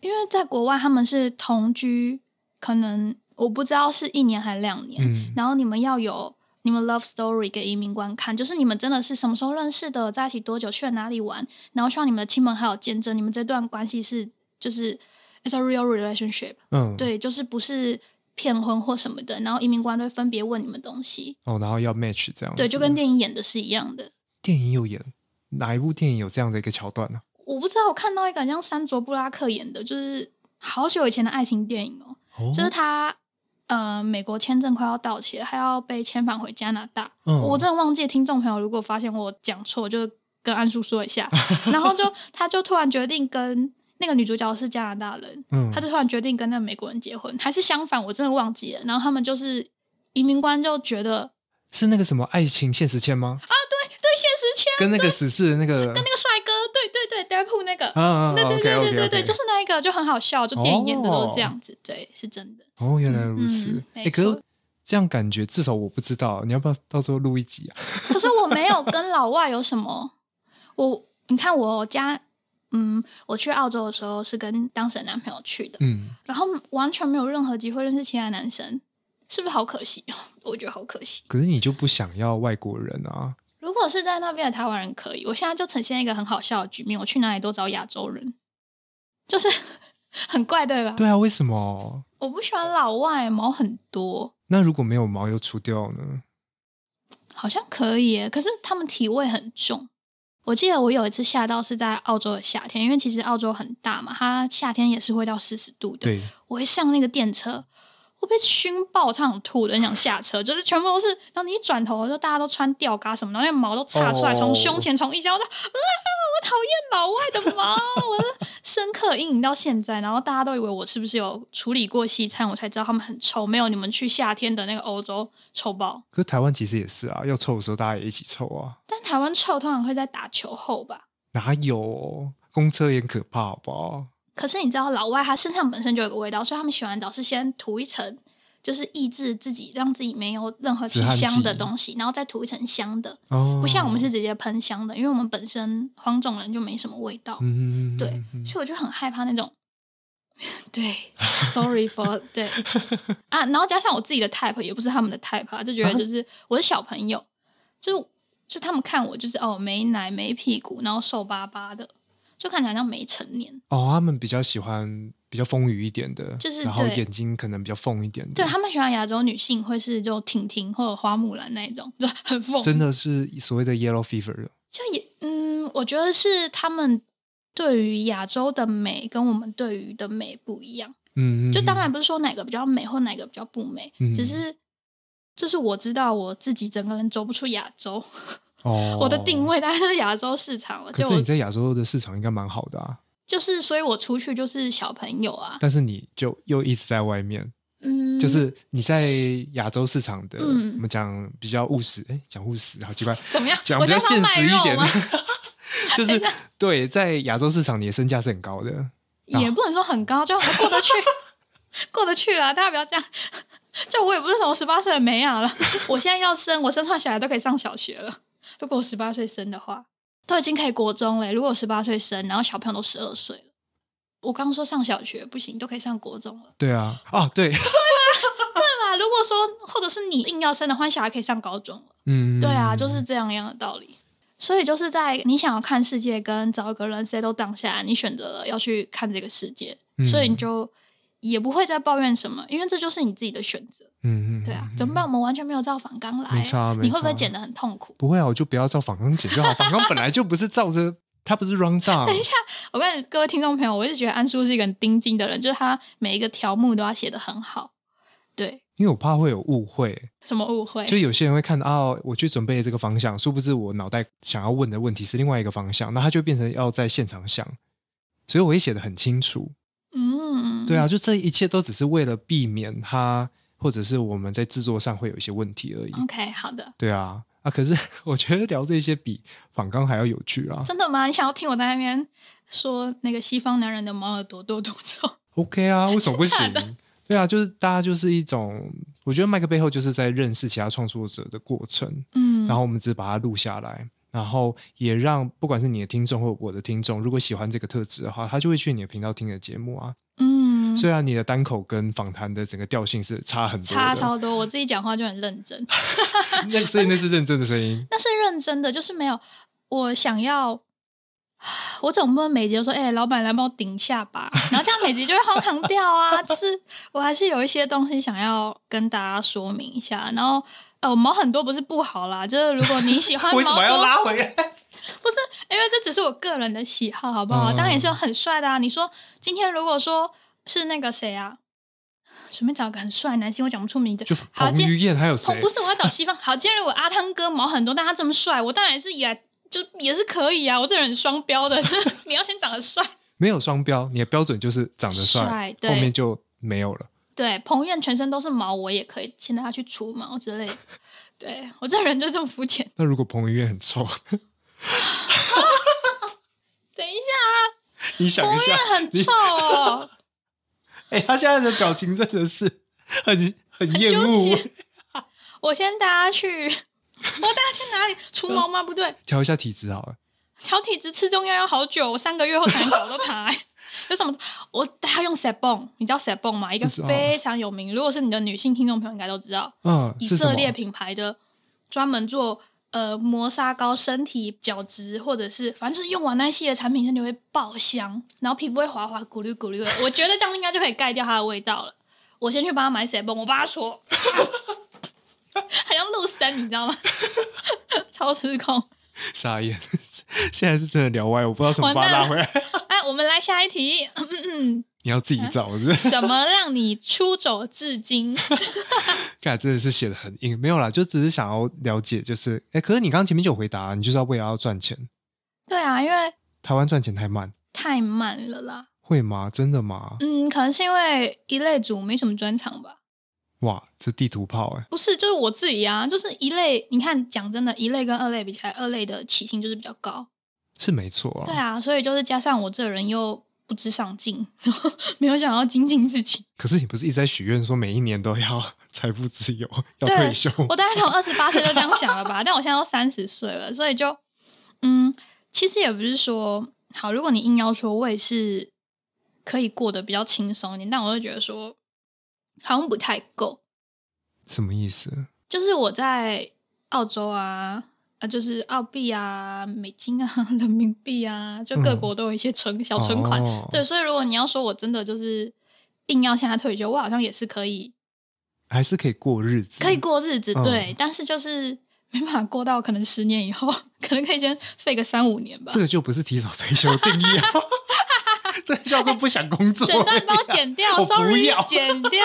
Speaker 1: 因为在国外他们是同居，可能我不知道是一年还两年，
Speaker 2: 嗯，
Speaker 1: 然后你们要有你们 love story 给移民官看，就是你们真的是什么时候认识的，在一起多久，去了哪里玩，然后希望你们的亲朋好友见证你们这段关系是就是 it's a real relationship，、
Speaker 2: 嗯，
Speaker 1: 对，就是不是骗婚或什么的，然后移民官都会分别问你们东西，
Speaker 2: 哦，然后要 match 这样子，
Speaker 1: 对，就跟电影演的是一样的。
Speaker 2: 电影有演哪一部电影有这样的一个桥段啊呢、
Speaker 1: 我不知道，我看到一个很像山卓布拉克演的，就是好久以前的爱情电影哦，
Speaker 2: 哦
Speaker 1: 就是他呃，美国签证快要到期了，他要被遣返回加拿大。
Speaker 2: 嗯
Speaker 1: 我真的忘记听众朋友，如果发现我讲错，就跟安叔说一 下。然后就他就突然决定跟那个女主角是加拿大人，
Speaker 2: 嗯，
Speaker 1: 他就突然决定跟那个美国人结婚，还是相反，我真的忘记了。然后他们就是移民官就觉得
Speaker 2: 是那个什么爱情现实签吗？
Speaker 1: 啊对现实签
Speaker 2: 跟那个死侍的那个
Speaker 1: 那个帅哥，对对对 d e p o 那个，
Speaker 2: 啊啊，
Speaker 1: 对对对
Speaker 2: o k
Speaker 1: 对
Speaker 2: OK
Speaker 1: 对
Speaker 2: OK，
Speaker 1: 对，就是那一个就很好笑，就电影演的都是这样子，对，是真的。
Speaker 2: 哦，原来如此。
Speaker 1: 嗯嗯
Speaker 2: 哎、
Speaker 1: 没
Speaker 2: 可
Speaker 1: 错
Speaker 2: 是这样感觉，至少我不知道，你要不要到时候录一集啊？
Speaker 1: 可是我没有跟老外有什么，我你看我家，嗯，我去澳洲的时候是跟当时的男朋友去的，
Speaker 2: 嗯，
Speaker 1: 然后完全没有任何机会认识其他男生，是不是好可惜？哦 我觉得好可惜。
Speaker 2: 可是你就不想要外国人啊？
Speaker 1: 如果是在那边的台湾人可以，我现在就呈现一个很好笑的局面，我去哪里都找亚洲人，就是 很怪，对吧？
Speaker 2: 对啊，为什么？
Speaker 1: 我不喜欢老外，毛很多。
Speaker 2: 那如果没有毛又除掉呢？
Speaker 1: 好像可以耶，可是他们体味很重。我记得我有一次吓到是在澳洲的夏天，因为其实澳洲很大嘛，它夏天也是会到四十度的。，
Speaker 2: 对，
Speaker 1: 我一上那个电车，我被熏爆，我差点吐了，很想下车，就是全部都是。然后你一转头，就大家都穿吊嘎什么，然后那毛都岔出来，
Speaker 2: 哦
Speaker 1: 从胸前从腋下，我就啊，我讨厌老外的毛，我是深刻阴影到现在。然后大家都以为我是不是有处理过西餐，我才知道他们很臭，没有你们去夏天的那个欧洲臭爆。
Speaker 2: 可是台湾其实也是啊，要臭的时候大家也一起臭啊，
Speaker 1: 但台湾臭通常会在打球后吧？
Speaker 2: 啊哪有？公车也很可怕，好不好？
Speaker 1: 可是你知道，老外他身上本身就有个味道，所以他们洗完澡是先涂一层，就是抑制自己，让自己没有任何
Speaker 2: 止
Speaker 1: 体
Speaker 2: 汗
Speaker 1: 香的
Speaker 2: 剂
Speaker 1: 东西，然后再涂一层香的。
Speaker 2: 哦，
Speaker 1: 不像我们是直接喷香的，因为我们本身黄种人就没什么味道，
Speaker 2: 嗯，嗯，嗯
Speaker 1: 对，所以我就很害怕那种。 对，sorry for 对啊，然后加上我自己的 type 也不是他们的 type 啊，就觉得就是我是小朋友，就是就他们看我就是哦没奶没屁股，然后瘦巴巴的，就看起来像没成年。
Speaker 2: 哦，他们比较喜欢比较丰腴一点的，
Speaker 1: 就是
Speaker 2: 然后
Speaker 1: 对
Speaker 2: 眼睛可能比较缝一点的，
Speaker 1: 对他们喜欢亚洲女性会是就婷婷或者花木兰那一种，就很疯，
Speaker 2: 真的是所谓的 yellow fever 的
Speaker 1: 就也嗯，我觉得是他们对于亚洲的美跟我们对于的美不一样。
Speaker 2: 嗯，嗯
Speaker 1: 就当
Speaker 2: 嗯
Speaker 1: 然不是说哪个比较美或哪个比较不美，
Speaker 2: 嗯
Speaker 1: 只是就是我知道我自己整个人走不出亚洲，
Speaker 2: 哦，
Speaker 1: 我的定。位大概就是亚洲市场了。
Speaker 2: 可
Speaker 1: 就是我
Speaker 2: 你在亚洲的市场应该蛮好的啊，
Speaker 1: 就是，所以我出去就是小朋友啊，
Speaker 2: 但是你就又一直在外面，
Speaker 1: 嗯，
Speaker 2: 就是你在亚洲市场的，
Speaker 1: 嗯
Speaker 2: 我们讲比较务实，哎，讲务实好奇怪，
Speaker 1: 怎么样？
Speaker 2: 讲
Speaker 1: 我
Speaker 2: 比较
Speaker 1: 这样算
Speaker 2: 现
Speaker 1: 卖
Speaker 2: 实一
Speaker 1: 肉
Speaker 2: 点
Speaker 1: 吗？
Speaker 2: 的， 就是对，在亚洲市场你的身价是很高的，
Speaker 1: 也不能说很高，就过得去，过得去了。大家不要这样，就我也不是什么十八岁的美雅了。我现在要生，我生出来小孩都可以上小学了。如果我十八岁生的话，都已经可以国中欸嘞。如果我十八岁生，然后小朋友都十二岁了，我刚说上小学不行，都可以上国中了，
Speaker 2: 对啊，哦对，
Speaker 1: 对吧？如果说或者是你硬要生的话，小孩可以上高中了。
Speaker 2: 嗯，
Speaker 1: 对啊，就是这样一样的道理。所以就是在你想要看世界跟找一个人谁都当下，你选择了要去看这个世界，
Speaker 2: 嗯
Speaker 1: 所以你就也不会再抱怨什么，因为这就是你自己的选择。
Speaker 2: 嗯，嗯嗯，
Speaker 1: 对啊，
Speaker 2: 嗯
Speaker 1: 怎么办？我们完全没有照反纲来
Speaker 2: 没差
Speaker 1: 欸，
Speaker 2: 没
Speaker 1: 你会不会
Speaker 2: 差
Speaker 1: 剪得很痛苦？
Speaker 2: 不会啊，我就不要照仿纲剪就好。仿纲本来就不是照着，它不是 round down。等一下，
Speaker 1: 我跟你各位听众朋友，我一直觉得安叔是一个很盯紧的人，就是他每一个条目都要写得很好。对，
Speaker 2: 因为我怕会有误会，
Speaker 1: 什么误会？
Speaker 2: 就有些人会看到、啊、我去准备这个方向，殊不知我脑袋想要问的问题是另外一个方向，那他就变成要在现场想，所以我会写的很清楚。
Speaker 1: 嗯，
Speaker 2: 对啊，，就这一切都只是为了避免他，或者是我们在制作上会有一些问题而已。
Speaker 1: OK，好的，
Speaker 2: 对啊，啊，可是 我觉得聊这些比仿纲还要有趣啊 啦。
Speaker 1: 真的吗？你想要听我在那边说那个西方男人的毛有多多多重？
Speaker 2: OK 啊，为什么不
Speaker 1: 真的假
Speaker 2: 行？对啊，就是大家就是一种，我觉得麦克背后就是在认识其他创作者的过程，
Speaker 1: 嗯，
Speaker 2: 然后我们只是把它录下来，然后也让不管是你的听众或我的听众，如果喜欢这个特质的话，他就会去你的频道听你的节目啊。
Speaker 1: 嗯，
Speaker 2: 虽然你的单口跟访谈的整个调性是差很多的，
Speaker 1: 差超多。我自己讲话就很认真，
Speaker 2: 那所以那是认真的声音。
Speaker 1: 那是认真的，就是没有我想要。 我总不能每集都说，哎、老板来帮我顶一下吧，然后这样每集就会荒唐掉啊。 就是我还是有一些东西想要跟大家说明一下。然后，呃，我毛很多不是不好啦，就是如果你喜欢毛
Speaker 2: 为什么要
Speaker 1: 多，
Speaker 2: 拉回来？
Speaker 1: 因为这只是我个人的喜好，好不好？
Speaker 2: 嗯
Speaker 1: 当然也是有很帅的啊。你说今天如果说是那个谁啊， 随便找个很帅的男星，我讲不出名字，
Speaker 2: 就
Speaker 1: 好
Speaker 2: 彭
Speaker 1: 今
Speaker 2: 于晏还有
Speaker 1: 哦，
Speaker 2: 谁
Speaker 1: 不？是，我要找西方。好，今天如果阿汤哥毛很多，但他这么帅，我当然是也就也是可以啊。我这人很双标的， 你要先长得帅。
Speaker 2: 没有双标，你的标准就是长得
Speaker 1: 帅
Speaker 2: 帅，
Speaker 1: 对
Speaker 2: 后面就没有了。
Speaker 1: 对，彭于晏全身都是毛，我也可以先带他去除毛之类的。对我这人就这么肤浅。
Speaker 2: 那如果彭于晏很臭，
Speaker 1: 等一
Speaker 2: 你想
Speaker 1: 下，彭
Speaker 2: 一
Speaker 1: 于
Speaker 2: 下，
Speaker 1: 晏很
Speaker 2: 你
Speaker 1: 臭哦，
Speaker 2: 哎、他现在的表情真的是很很厌
Speaker 1: 纠
Speaker 2: 恶。
Speaker 1: 结。我先带他去， 我带他去哪里除毛吗？不对，
Speaker 2: 调一下体质好了，
Speaker 1: 调体质吃中药要好久，我三个月后才能搞到它、欸。 有什么？我带他用 Sabon，你知道 Sabon 吗？一个
Speaker 2: 不知道
Speaker 1: 非常有名，如果是你的女性听众朋友应该都知道，
Speaker 2: 嗯，
Speaker 1: 以
Speaker 2: 是什
Speaker 1: 色
Speaker 2: 么
Speaker 1: 列品牌的，专门做呃磨砂膏、身体角质或者是反正就是用完那一系列产品，身体会爆香，然后皮肤会滑滑咕噜咕噜的。我觉得这样应该就可以盖掉它的味道了。我先去帮他买 Sabon，我帮他搓， 好像陆森，你知道吗？ 超失控。
Speaker 2: 傻眼， 现在是真的聊歪，我不知道怎么把
Speaker 1: 完
Speaker 2: 它
Speaker 1: 蛋
Speaker 2: 拉回来。
Speaker 1: 哎，我们来下一题。
Speaker 2: 你要
Speaker 1: 啊
Speaker 2: 自己找，是不 是？
Speaker 1: 什么让你出走至今？
Speaker 2: 看，真的是写的很硬，没有啦，就只是想要了解，就是，哎、可是你刚刚前面就有回答，啊你就是要为了要赚钱，
Speaker 1: 对啊，因为
Speaker 2: 台湾赚钱太慢，
Speaker 1: 太慢了啦。
Speaker 2: 会吗？真的吗？
Speaker 1: 嗯，可能是因为一类组没什么专长吧。
Speaker 2: 哇，这地图炮哎、
Speaker 1: 不是，就是我自己啊，就是一类。你看，讲真的，一类跟二类比起来，二类的起薪就是比较高。
Speaker 2: 是没错啊
Speaker 1: 对啊，所以就是加上我这人又不不知上进，然后 没有想要精进自己。
Speaker 2: 可是你不是一直在许愿说每一年都要 财富自由，要
Speaker 1: 对
Speaker 2: 退休？
Speaker 1: 我大概从二十八岁就这样想了吧，但我现在都三十岁了，所以就嗯，其实也不是说好，如果你硬要说，我也是可以过得比较轻松一点，但我就觉得说好像不太够。
Speaker 2: 什么意思？
Speaker 1: 就是我在澳洲啊啊，就是澳币啊、美金啊、 人民币啊，就各
Speaker 2: 嗯
Speaker 1: 国都有一些存、小存款。
Speaker 2: 哦
Speaker 1: 对，所以如果你要说我真的就是硬要现在退休，我好像也是可以
Speaker 2: 还是可以过日子，
Speaker 1: 可以过日子，
Speaker 2: 嗯
Speaker 1: 对，但是就是没办法过到可能十年以后， 可能可以先废个三五年吧
Speaker 2: 这。个就不是提早 退休的定义啊，这叫做不想工作。啊
Speaker 1: 整段帮我剪掉
Speaker 2: 我不
Speaker 1: ，sorry，
Speaker 2: 要
Speaker 1: 剪掉。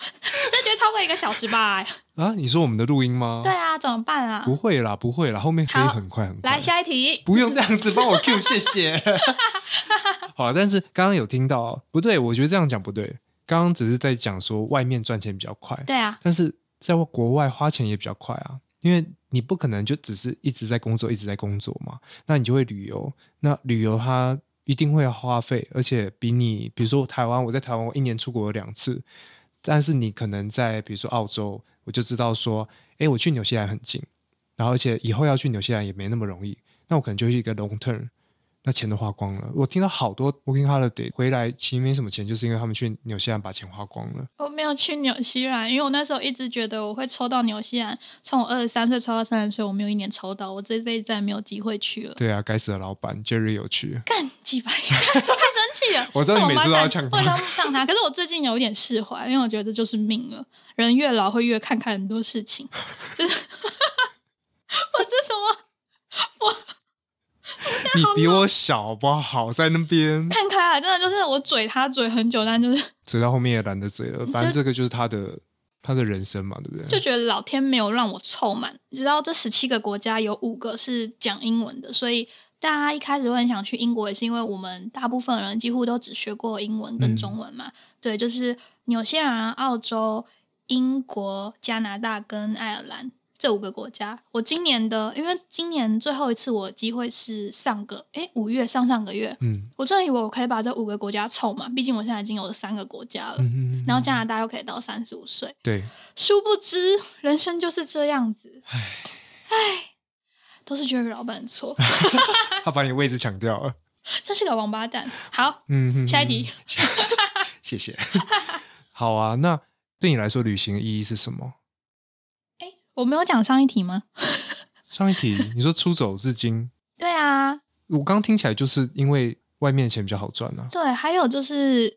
Speaker 1: 这绝对超过一个小时吧？
Speaker 2: 啊！你说我们的录音吗？
Speaker 1: 对，啊，怎么办啊
Speaker 2: 不？会啦，不会啦，后面可以
Speaker 1: 好
Speaker 2: 很快很快。
Speaker 1: 来下一题，
Speaker 2: 不用这样子帮我 Q，谢谢。好，但是刚刚有听到，不对，我觉得这样讲不对。刚刚只是在讲说外面赚钱比较快，
Speaker 1: 对啊，
Speaker 2: 但是在国外花钱也比较快啊，因为你不可能就只是一直在工作，一直在工作嘛，那你就会旅游，那旅游它一定会要花费，而且比你比如说台湾，我在台湾我一年出国有两次，但是你可能在比如说澳洲，我就知道说，诶，我去纽西兰很近，然后而且以后要去纽西兰也没那么容易，那我可能就是一个 long term。那钱都花光了，我听到好多 working holiday 回来其实没什么钱，就是因为他们去纽西兰把钱花光了。
Speaker 1: 我没有去纽西兰，因为我那时候一直觉得我会抽到纽西兰，从我二十三岁抽到三十岁，我没有一年抽到，我这辈子再也没有机会去了。
Speaker 2: 对啊，该死的老板 Jerry 有去，
Speaker 1: 干几百，太生气了！
Speaker 2: 我知道你每次都要呛他
Speaker 1: 我都呛他。可是我最近有一点释怀，因为我觉得这就是命了，人越老会越看开很多事情。就是 我这什么
Speaker 2: 你比我小好不好？在那边
Speaker 1: 看开啊？真的就是我嘴他嘴很久，但就是
Speaker 2: 嘴到后面也懒得嘴了，反正
Speaker 1: 就
Speaker 2: 这个就是他的他的人生嘛，对不
Speaker 1: 就
Speaker 2: 对？
Speaker 1: 觉得老天没有让我凑满。你知道这十七个国家有五个是讲英文的，所以大家一开始会很想去英国，也是因为我们大部分人几乎都只学过英文跟中文嘛。对，就是纽西兰、澳洲、英国、加拿大跟爱尔兰。这五个国家，我今年的，因为今年最后一次我机会是上个，诶，五月上上个月，
Speaker 2: 嗯
Speaker 1: 我真的以为我可以把这五个国家凑满，毕竟我现在已经有三个国家了，
Speaker 2: 嗯嗯，
Speaker 1: 呃然后加
Speaker 2: 样
Speaker 1: 拿大又可以到三十五岁，
Speaker 2: 对，
Speaker 1: 殊不知人生就是这样子，唉，都是 Jerry 老板的错，
Speaker 2: 他把你位置抢掉了。
Speaker 1: 真是个王八蛋。好，
Speaker 2: 嗯，哼
Speaker 1: 下一题，
Speaker 2: 哼下 谢谢。好啊，那对你来说，旅行的意义是什么？
Speaker 1: 我没有讲上一题吗？
Speaker 2: 上一题你说出走至今，
Speaker 1: 对啊，
Speaker 2: 我刚听起来就是因为外面的钱比较好赚啊，
Speaker 1: 对，还有就是，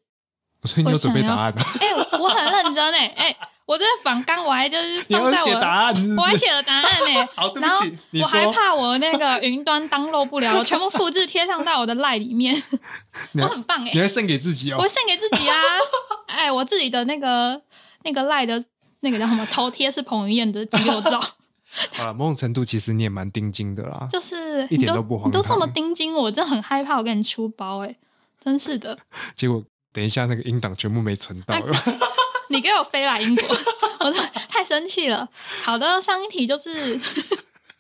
Speaker 2: 所以你有
Speaker 1: 我想
Speaker 2: 准备答
Speaker 1: 要
Speaker 2: 案啊？
Speaker 1: 哎、我很认真哎、哎、我这个仿刚我还就是
Speaker 2: 你
Speaker 1: 放
Speaker 2: 要
Speaker 1: 在
Speaker 2: 写
Speaker 1: 我
Speaker 2: 答案是不是，
Speaker 1: 我还写了答案呢、
Speaker 2: 好，对
Speaker 1: 然
Speaker 2: 不
Speaker 1: 后
Speaker 2: 起，你
Speaker 1: 我还
Speaker 2: 说
Speaker 1: 怕我那个云端当漏不了，我全部复制贴上到我的赖里面，
Speaker 2: 你
Speaker 1: 我
Speaker 2: 还
Speaker 1: 很棒哎、
Speaker 2: 你还剩给自己哦
Speaker 1: 我。献给自己啊！哎，我自己的那个那个赖的那个叫什么头贴是彭于晏的肌肉 照，
Speaker 2: 啊，某种程度其实你也蛮定金的啦。
Speaker 1: 就是
Speaker 2: 一点
Speaker 1: 你
Speaker 2: 都不荒
Speaker 1: 你都这么
Speaker 2: 唐
Speaker 1: 盯紧我，真的很害怕我跟你出包哎、真是的，
Speaker 2: 结果等一下那个音档全部没存
Speaker 1: 哎
Speaker 2: 到，
Speaker 1: 你给我飞来英国，我都太生气了。好的，上一题就是，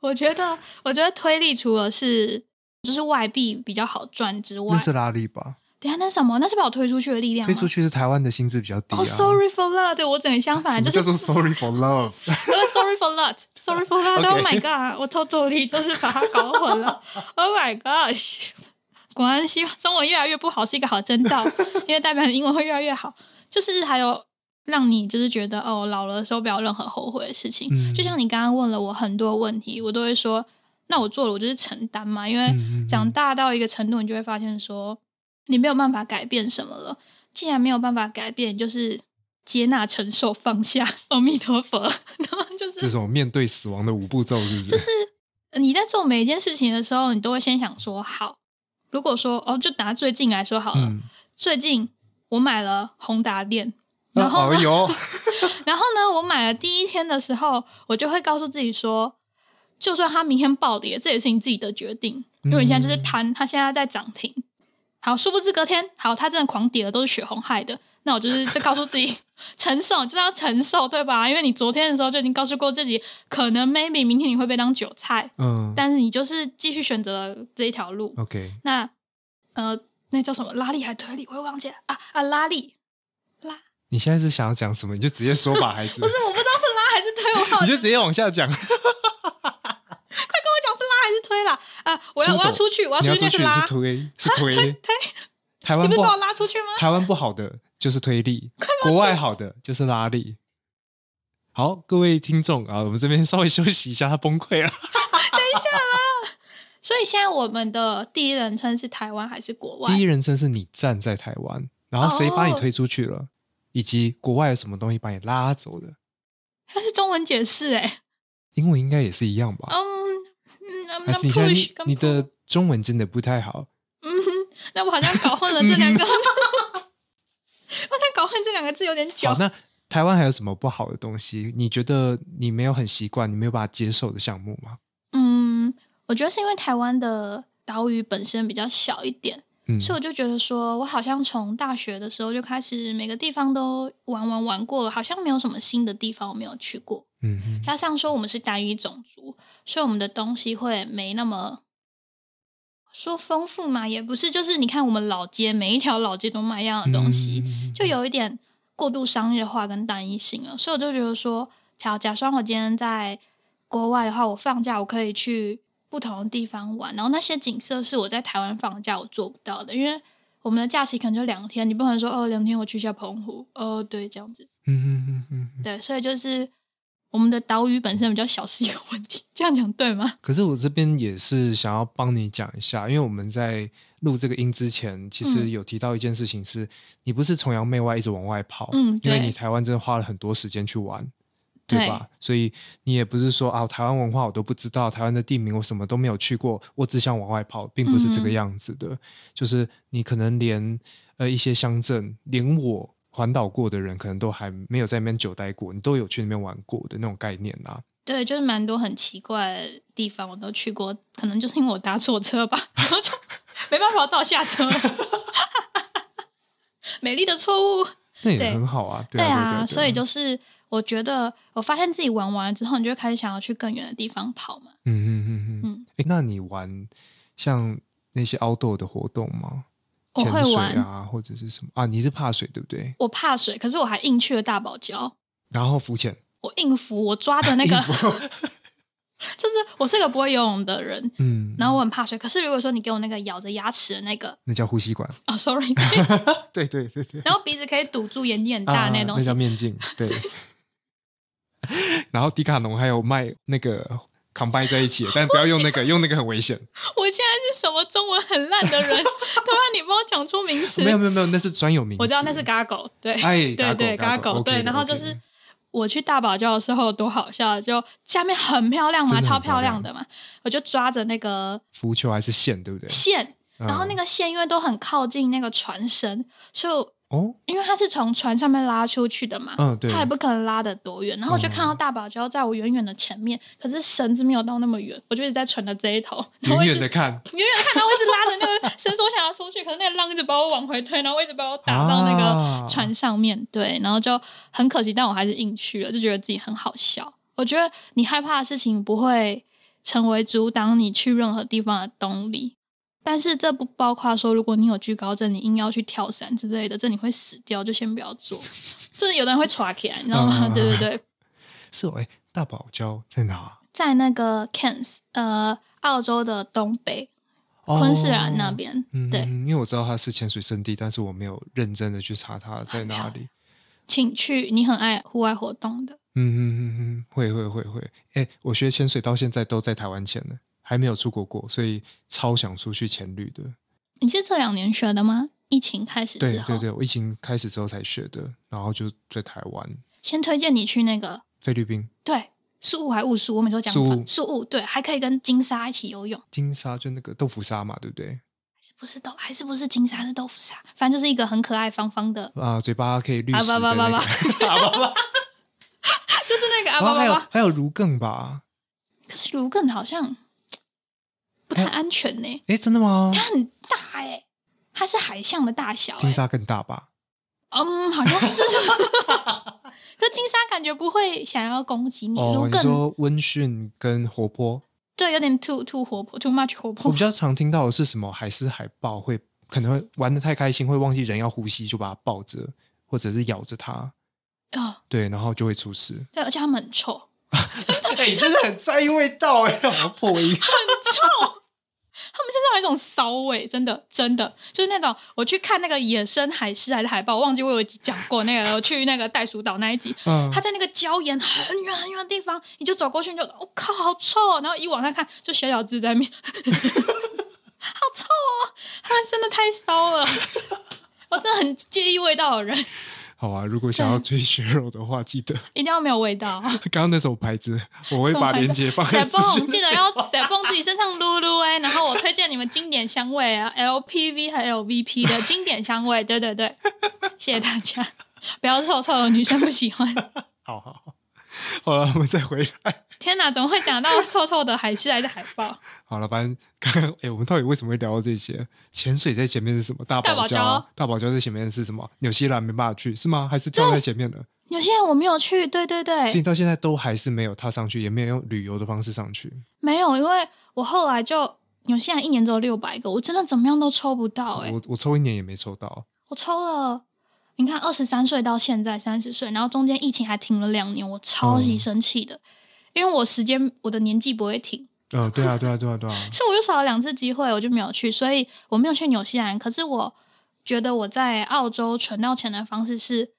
Speaker 1: 我觉得我觉得推力除了是就是外币比较好赚之外
Speaker 2: 那，是拉力吧？
Speaker 1: 等一下那什么那是把我推出去的力量
Speaker 2: 推
Speaker 1: 吗？
Speaker 2: 出去是台湾的薪资比较低啊。
Speaker 1: 啊哦、s o r r y for love，对我整个相
Speaker 2: 什
Speaker 1: 反，
Speaker 2: 么
Speaker 1: 就是
Speaker 2: 叫做 sorry for love？
Speaker 1: 呃 sorry for lot, sorry for lot.
Speaker 2: Okay.
Speaker 1: Oh my god！我偷走力就是把它搞混了。Oh my gosh！果 然希望中文越来越不好是一个好征兆，因为代表你英文会越来越好。就是还有让你就是觉得哦，老了的时候不要任何后悔的事情。
Speaker 2: 嗯
Speaker 1: 就像你刚刚问了我很多问题，我都会说，那我做了，我就是承担嘛。因为
Speaker 2: 嗯嗯嗯
Speaker 1: 长大到一个程度，你就会发现说，你没有办法改变什么了。既然没有办法改变，就是接纳、承受、放下。阿弥陀佛， 然后就是
Speaker 2: 这种面对死亡的五步骤是不是？
Speaker 1: 就是你在做每一件事情的时候，你都会先想说好。如果说哦，就拿最近来说好了，
Speaker 2: 嗯，
Speaker 1: 最近我买了宏达电， 然后
Speaker 2: 哦
Speaker 1: 呢，
Speaker 2: 有，
Speaker 1: 然后呢，我买了第一天的时候，我就会告诉自己说，就算它明天暴跌，这也是你自己的决定，因为你现在就是贪，它现在在涨停。好，殊不知隔天，好，它真的狂跌了，都是血红害的。那我就是在告诉自己 承受，就是要承受，对吧？因为你昨天的时候就已经告诉过自己，可能 maybe 明天你会被当韭菜，
Speaker 2: 嗯
Speaker 1: 但是你就是继续选择了这一条路。
Speaker 2: ，OK，
Speaker 1: 那呃，那叫什么拉力还推力，我又忘记了啊啊拉力拉，不
Speaker 2: 你现在是想要讲什么？你就直接说吧，孩子，
Speaker 1: 是我不知道是拉还是推，我好
Speaker 2: 你就直接往下讲。
Speaker 1: 快跟我讲是拉还是推啦啊！我要
Speaker 2: 出
Speaker 1: 我
Speaker 2: 手
Speaker 1: 要出去，我要
Speaker 2: 你
Speaker 1: 出
Speaker 2: 要
Speaker 1: 去那
Speaker 2: 出
Speaker 1: 是
Speaker 2: 去
Speaker 1: 拉
Speaker 2: 是，推是 推，台
Speaker 1: 你
Speaker 2: 湾
Speaker 1: 不是
Speaker 2: 不
Speaker 1: 把
Speaker 2: 好
Speaker 1: 我，拉出去吗？
Speaker 2: 台湾不好的就是推力，国外好的就是拉力。好，各位听众啊，我们这边稍微休息一下，他崩溃 了。
Speaker 1: 所以现在我们的第一人称是台湾还是国外
Speaker 2: 第一？人称是你站在台湾，然后谁把你推出去了，
Speaker 1: 哦
Speaker 2: 以及国外有什么东西把你拉走的。
Speaker 1: 它是中文解释哎、
Speaker 2: 英文应该也是一样吧？
Speaker 1: 嗯嗯，那
Speaker 2: 还
Speaker 1: 那
Speaker 2: 是你现在
Speaker 1: push
Speaker 2: 你
Speaker 1: 跟
Speaker 2: 你
Speaker 1: pull
Speaker 2: 的中文真的不太好？
Speaker 1: 嗯，哼，那我好像搞混了这 两个，我好 像搞混这两个字有点久
Speaker 2: 嗯好，。那台湾还有什么不好的东西？你觉得你没有很习惯，你没有把它接受的项目吗？
Speaker 1: 嗯，我觉得是因为台湾的岛屿本身比较小一点，
Speaker 2: 嗯，
Speaker 1: 所以我就觉得说，我好像从大学的时候就开始每个地方都玩玩玩过了，好像没有什么新的地方我没有去过。
Speaker 2: 嗯嗯
Speaker 1: 加上说我们是单一种族，所以我们的东西会没那么说丰富嘛，也不是。就是你看我们老街，每一条老街都卖一样的东西，
Speaker 2: 嗯
Speaker 1: 就有一点过度商业化跟单一性了。所以我就觉得说，假假装我今天在国外的话，我放假我可以去不同的地方玩，然后那些景色是我在台湾放假我做不到的，因为我们的假期可能就两天，你不可能说哦两天我去一下澎湖，哦对这样子。
Speaker 2: 嗯嗯嗯嗯。
Speaker 1: 对，所以就是我们的岛屿本身比较小是一个问题，这样讲对吗？
Speaker 2: 可是我这边也是想要帮你讲一下，因为我们在录这个音之前，其实
Speaker 1: 嗯
Speaker 2: 有提到一件事情是，你不是崇洋媚外一直往外跑，
Speaker 1: 嗯
Speaker 2: 因为
Speaker 1: 对
Speaker 2: 你台湾真的花了很多时间去玩，
Speaker 1: 对
Speaker 2: 对吧？所以你也不是说啊，台湾文化我都不知道，台湾的地名我什么都没有去过，我只想往外跑，并不是这个
Speaker 1: 嗯
Speaker 2: 样子的。就是你可能连呃一些乡镇，连我环岛过的人，可能都还没有在那边久待过，你都有去那边玩过的那种概念啊啦、
Speaker 1: 对，就是蛮多很奇怪的地方我都去过，可能就是因为我搭错车吧， 然后就没办法，我只好下车 了。美丽的错误，
Speaker 2: 那也
Speaker 1: 对
Speaker 2: 很好啊，对
Speaker 1: 对
Speaker 2: 啊，对
Speaker 1: 啊，
Speaker 2: 对
Speaker 1: 所以就是我觉得，我发现自己玩完了之后，你就会开始想要去更远的地方跑嘛。
Speaker 2: 嗯嗯嗯嗯
Speaker 1: 嗯。
Speaker 2: 哎、那你玩像那些 outdoor 的活动吗？
Speaker 1: 我
Speaker 2: 潜
Speaker 1: 会
Speaker 2: 水
Speaker 1: 玩
Speaker 2: 啊，或者是什么啊？你是怕水对不对？
Speaker 1: 我怕水，可是我还硬去了大堡礁，
Speaker 2: 然后浮潜，
Speaker 1: 我硬浮，我抓着那个
Speaker 2: 衣，服
Speaker 1: 就是我是个不会游泳的人，
Speaker 2: 嗯，
Speaker 1: 然后我很怕水。可是如果说你给我那个咬着牙齿的那个，
Speaker 2: 那叫呼吸管，
Speaker 1: 啊、s o r r y
Speaker 2: 对对对对，
Speaker 1: 然后鼻子可以堵住，眼睛很大
Speaker 2: 啊
Speaker 1: 那东
Speaker 2: 那
Speaker 1: 西，
Speaker 2: 叫面镜，对。 然后迪卡侬还有卖那个 combine 在一起的，但不要用那个，用那个很危险。
Speaker 1: 我现在是什么中文很烂的人？对 啊，你帮我讲出名词。
Speaker 2: 没有没有没有，那是专有名词。
Speaker 1: 我知道那是嘎狗，对，
Speaker 2: 哎，
Speaker 1: 对对，
Speaker 2: 嘎
Speaker 1: 嘎狗，
Speaker 2: OK
Speaker 1: 对。
Speaker 2: 的
Speaker 1: 然后就
Speaker 2: OK 的
Speaker 1: 是我去大堡礁的时候多好笑，就下面很漂亮嘛，
Speaker 2: 真的很
Speaker 1: 超漂亮的嘛，我就抓着那个
Speaker 2: 浮球还是线，对不对？
Speaker 1: 线，然后
Speaker 2: 嗯
Speaker 1: 那个线因为都很靠近那个船身，所以我
Speaker 2: 哦，
Speaker 1: 因为它是从船上面拉出去的嘛，
Speaker 2: 嗯对哦
Speaker 1: 它也不可能拉得多远。然后我就看到大堡礁在我远远的前面，可是绳子没有到那么远，我就一直在船的这一头，然后我一
Speaker 2: 远远
Speaker 1: 直
Speaker 2: 的看，
Speaker 1: 远远地看到我一直拉着那个绳索想要出去，可是那个浪一直把我往回推，然后我一直把我打到那
Speaker 2: 啊
Speaker 1: 个船上面，对，然后就很可惜，但我还是硬去了，就觉得自己很好笑。我觉得你害怕的事情不会成为阻挡你去任何地方的动力，但是这不包括说，如果你有惧高症，你硬要去跳伞之类的，这你会死掉，就先不要做。 就是有的人会耍起来，你知道吗？
Speaker 2: 嗯
Speaker 1: 对对对，
Speaker 2: 是哦，哎，大堡礁在哪？
Speaker 1: 在那个 Cairns，呃，澳洲的东北
Speaker 2: 哦
Speaker 1: 昆士兰那。边，
Speaker 2: 嗯，
Speaker 1: 对。
Speaker 2: 因为我知道它是潜水圣地，但是我没有认真的去查它在哪里。
Speaker 1: 请去你很爱户外活动的。
Speaker 2: 嗯嗯嗯嗯，会会会会。哎、我学潜水到现在都在台湾潜呢，还没有出国过，所以超想出去潜旅的。
Speaker 1: 你是这两年学的吗？疫情开始
Speaker 2: 对
Speaker 1: 之后，
Speaker 2: 对对，我疫情开始之后才学的，然后就在台湾、
Speaker 1: 先推荐你去那个
Speaker 2: 菲律宾、
Speaker 1: 对宿雾还雾宿，我每次都讲
Speaker 2: 宿
Speaker 1: 反
Speaker 2: 雾
Speaker 1: 宿雾，对，还可以跟金沙一起游泳，
Speaker 2: 金沙，就那个豆腐沙嘛，对不对？
Speaker 1: 不是豆还是不是金沙是豆腐沙，反正就是一个很可爱方方的，
Speaker 2: 啊，嘴巴可以绿
Speaker 1: 啊
Speaker 2: 食的
Speaker 1: 吧吧吧
Speaker 2: 那个，啊
Speaker 1: 就是那个阿啊
Speaker 2: 然
Speaker 1: 巴
Speaker 2: 后还有
Speaker 1: 巴巴。
Speaker 2: 还有如更吧？
Speaker 1: 可是卢更好像不太安全呢、
Speaker 2: 哎、真的吗？
Speaker 1: 它很大哎、它是海象的大小、欸。
Speaker 2: 金沙更大吧？
Speaker 1: 嗯，好像是。 可金沙感觉不会想要攻击你，卢
Speaker 2: 哦，你
Speaker 1: 更
Speaker 2: 说温驯跟活泼，
Speaker 1: 对，有点 too too 活泼，too much 活
Speaker 2: 我
Speaker 1: 泼
Speaker 2: 比。较常听到的是什么海狮、海豹会可能会玩的太开心，会忘记人要呼吸，就把它抱着或者是咬着它，
Speaker 1: 哦，
Speaker 2: 对，然后就会出事。
Speaker 1: 对，而且它们很臭，
Speaker 2: 哎、你真的很在意味道哎、欸，好破音。
Speaker 1: 它们身上有一种骚味，真的真的就是那种我去看那个野生海狮还是海豹，我忘记我有一集讲过那个我去那个袋鼠岛那一集，
Speaker 2: 嗯
Speaker 1: 它在那个礁岩很远很远的地方，你就走过去，你就我、哦靠，好臭、哦！然后一往上看，就小小只在 面，好臭哦！它们真的太骚了，我真的很介意味道的人，
Speaker 2: 好啊，如果想要追血肉的话，记得
Speaker 1: 一定要没有味道。
Speaker 2: 刚刚那首牌子，我会把链接放在资
Speaker 1: 蹦，
Speaker 2: 讯
Speaker 1: 记得要 s 蹦自己身上撸撸哎，然后我推荐你们经典香味啊，LPV 还有 VP 的经典香味，对对对，谢谢大家，不要臭臭的女生不喜欢。
Speaker 2: 好好好，好了，我们再回来。
Speaker 1: 天哪，怎么会讲到臭臭的海狮还是海豹？
Speaker 2: 好了，反正 刚刚哎，我们到底为什么会聊到这些？潜水在前面是什么？大
Speaker 1: 大
Speaker 2: 堡
Speaker 1: 堡
Speaker 2: 礁
Speaker 1: 礁，
Speaker 2: 大堡礁在前面是什么？纽西兰没办法去是吗？还是跳在前面了？
Speaker 1: 有些人我没有去，对对
Speaker 2: 所以你
Speaker 1: 对，
Speaker 2: 到现在都还是没有踏上去，也没有用旅游的方式上去。
Speaker 1: 没有，因为我后来就有些人一年只有六百个，我真的怎么样都抽不到哎、
Speaker 2: 我我抽一年也没抽到，
Speaker 1: 我抽了，你看二十三岁到现在三十岁，然后中间疫情还停了两年，我超级
Speaker 2: 嗯
Speaker 1: 生气的，因为我时间我的年纪不会停，
Speaker 2: 嗯，对啊，对啊，对 啊，对啊，
Speaker 1: 所以我又少了两次机会，我就没有去，所以我没有去纽西兰。可是我觉得我在澳洲存到钱的方式是。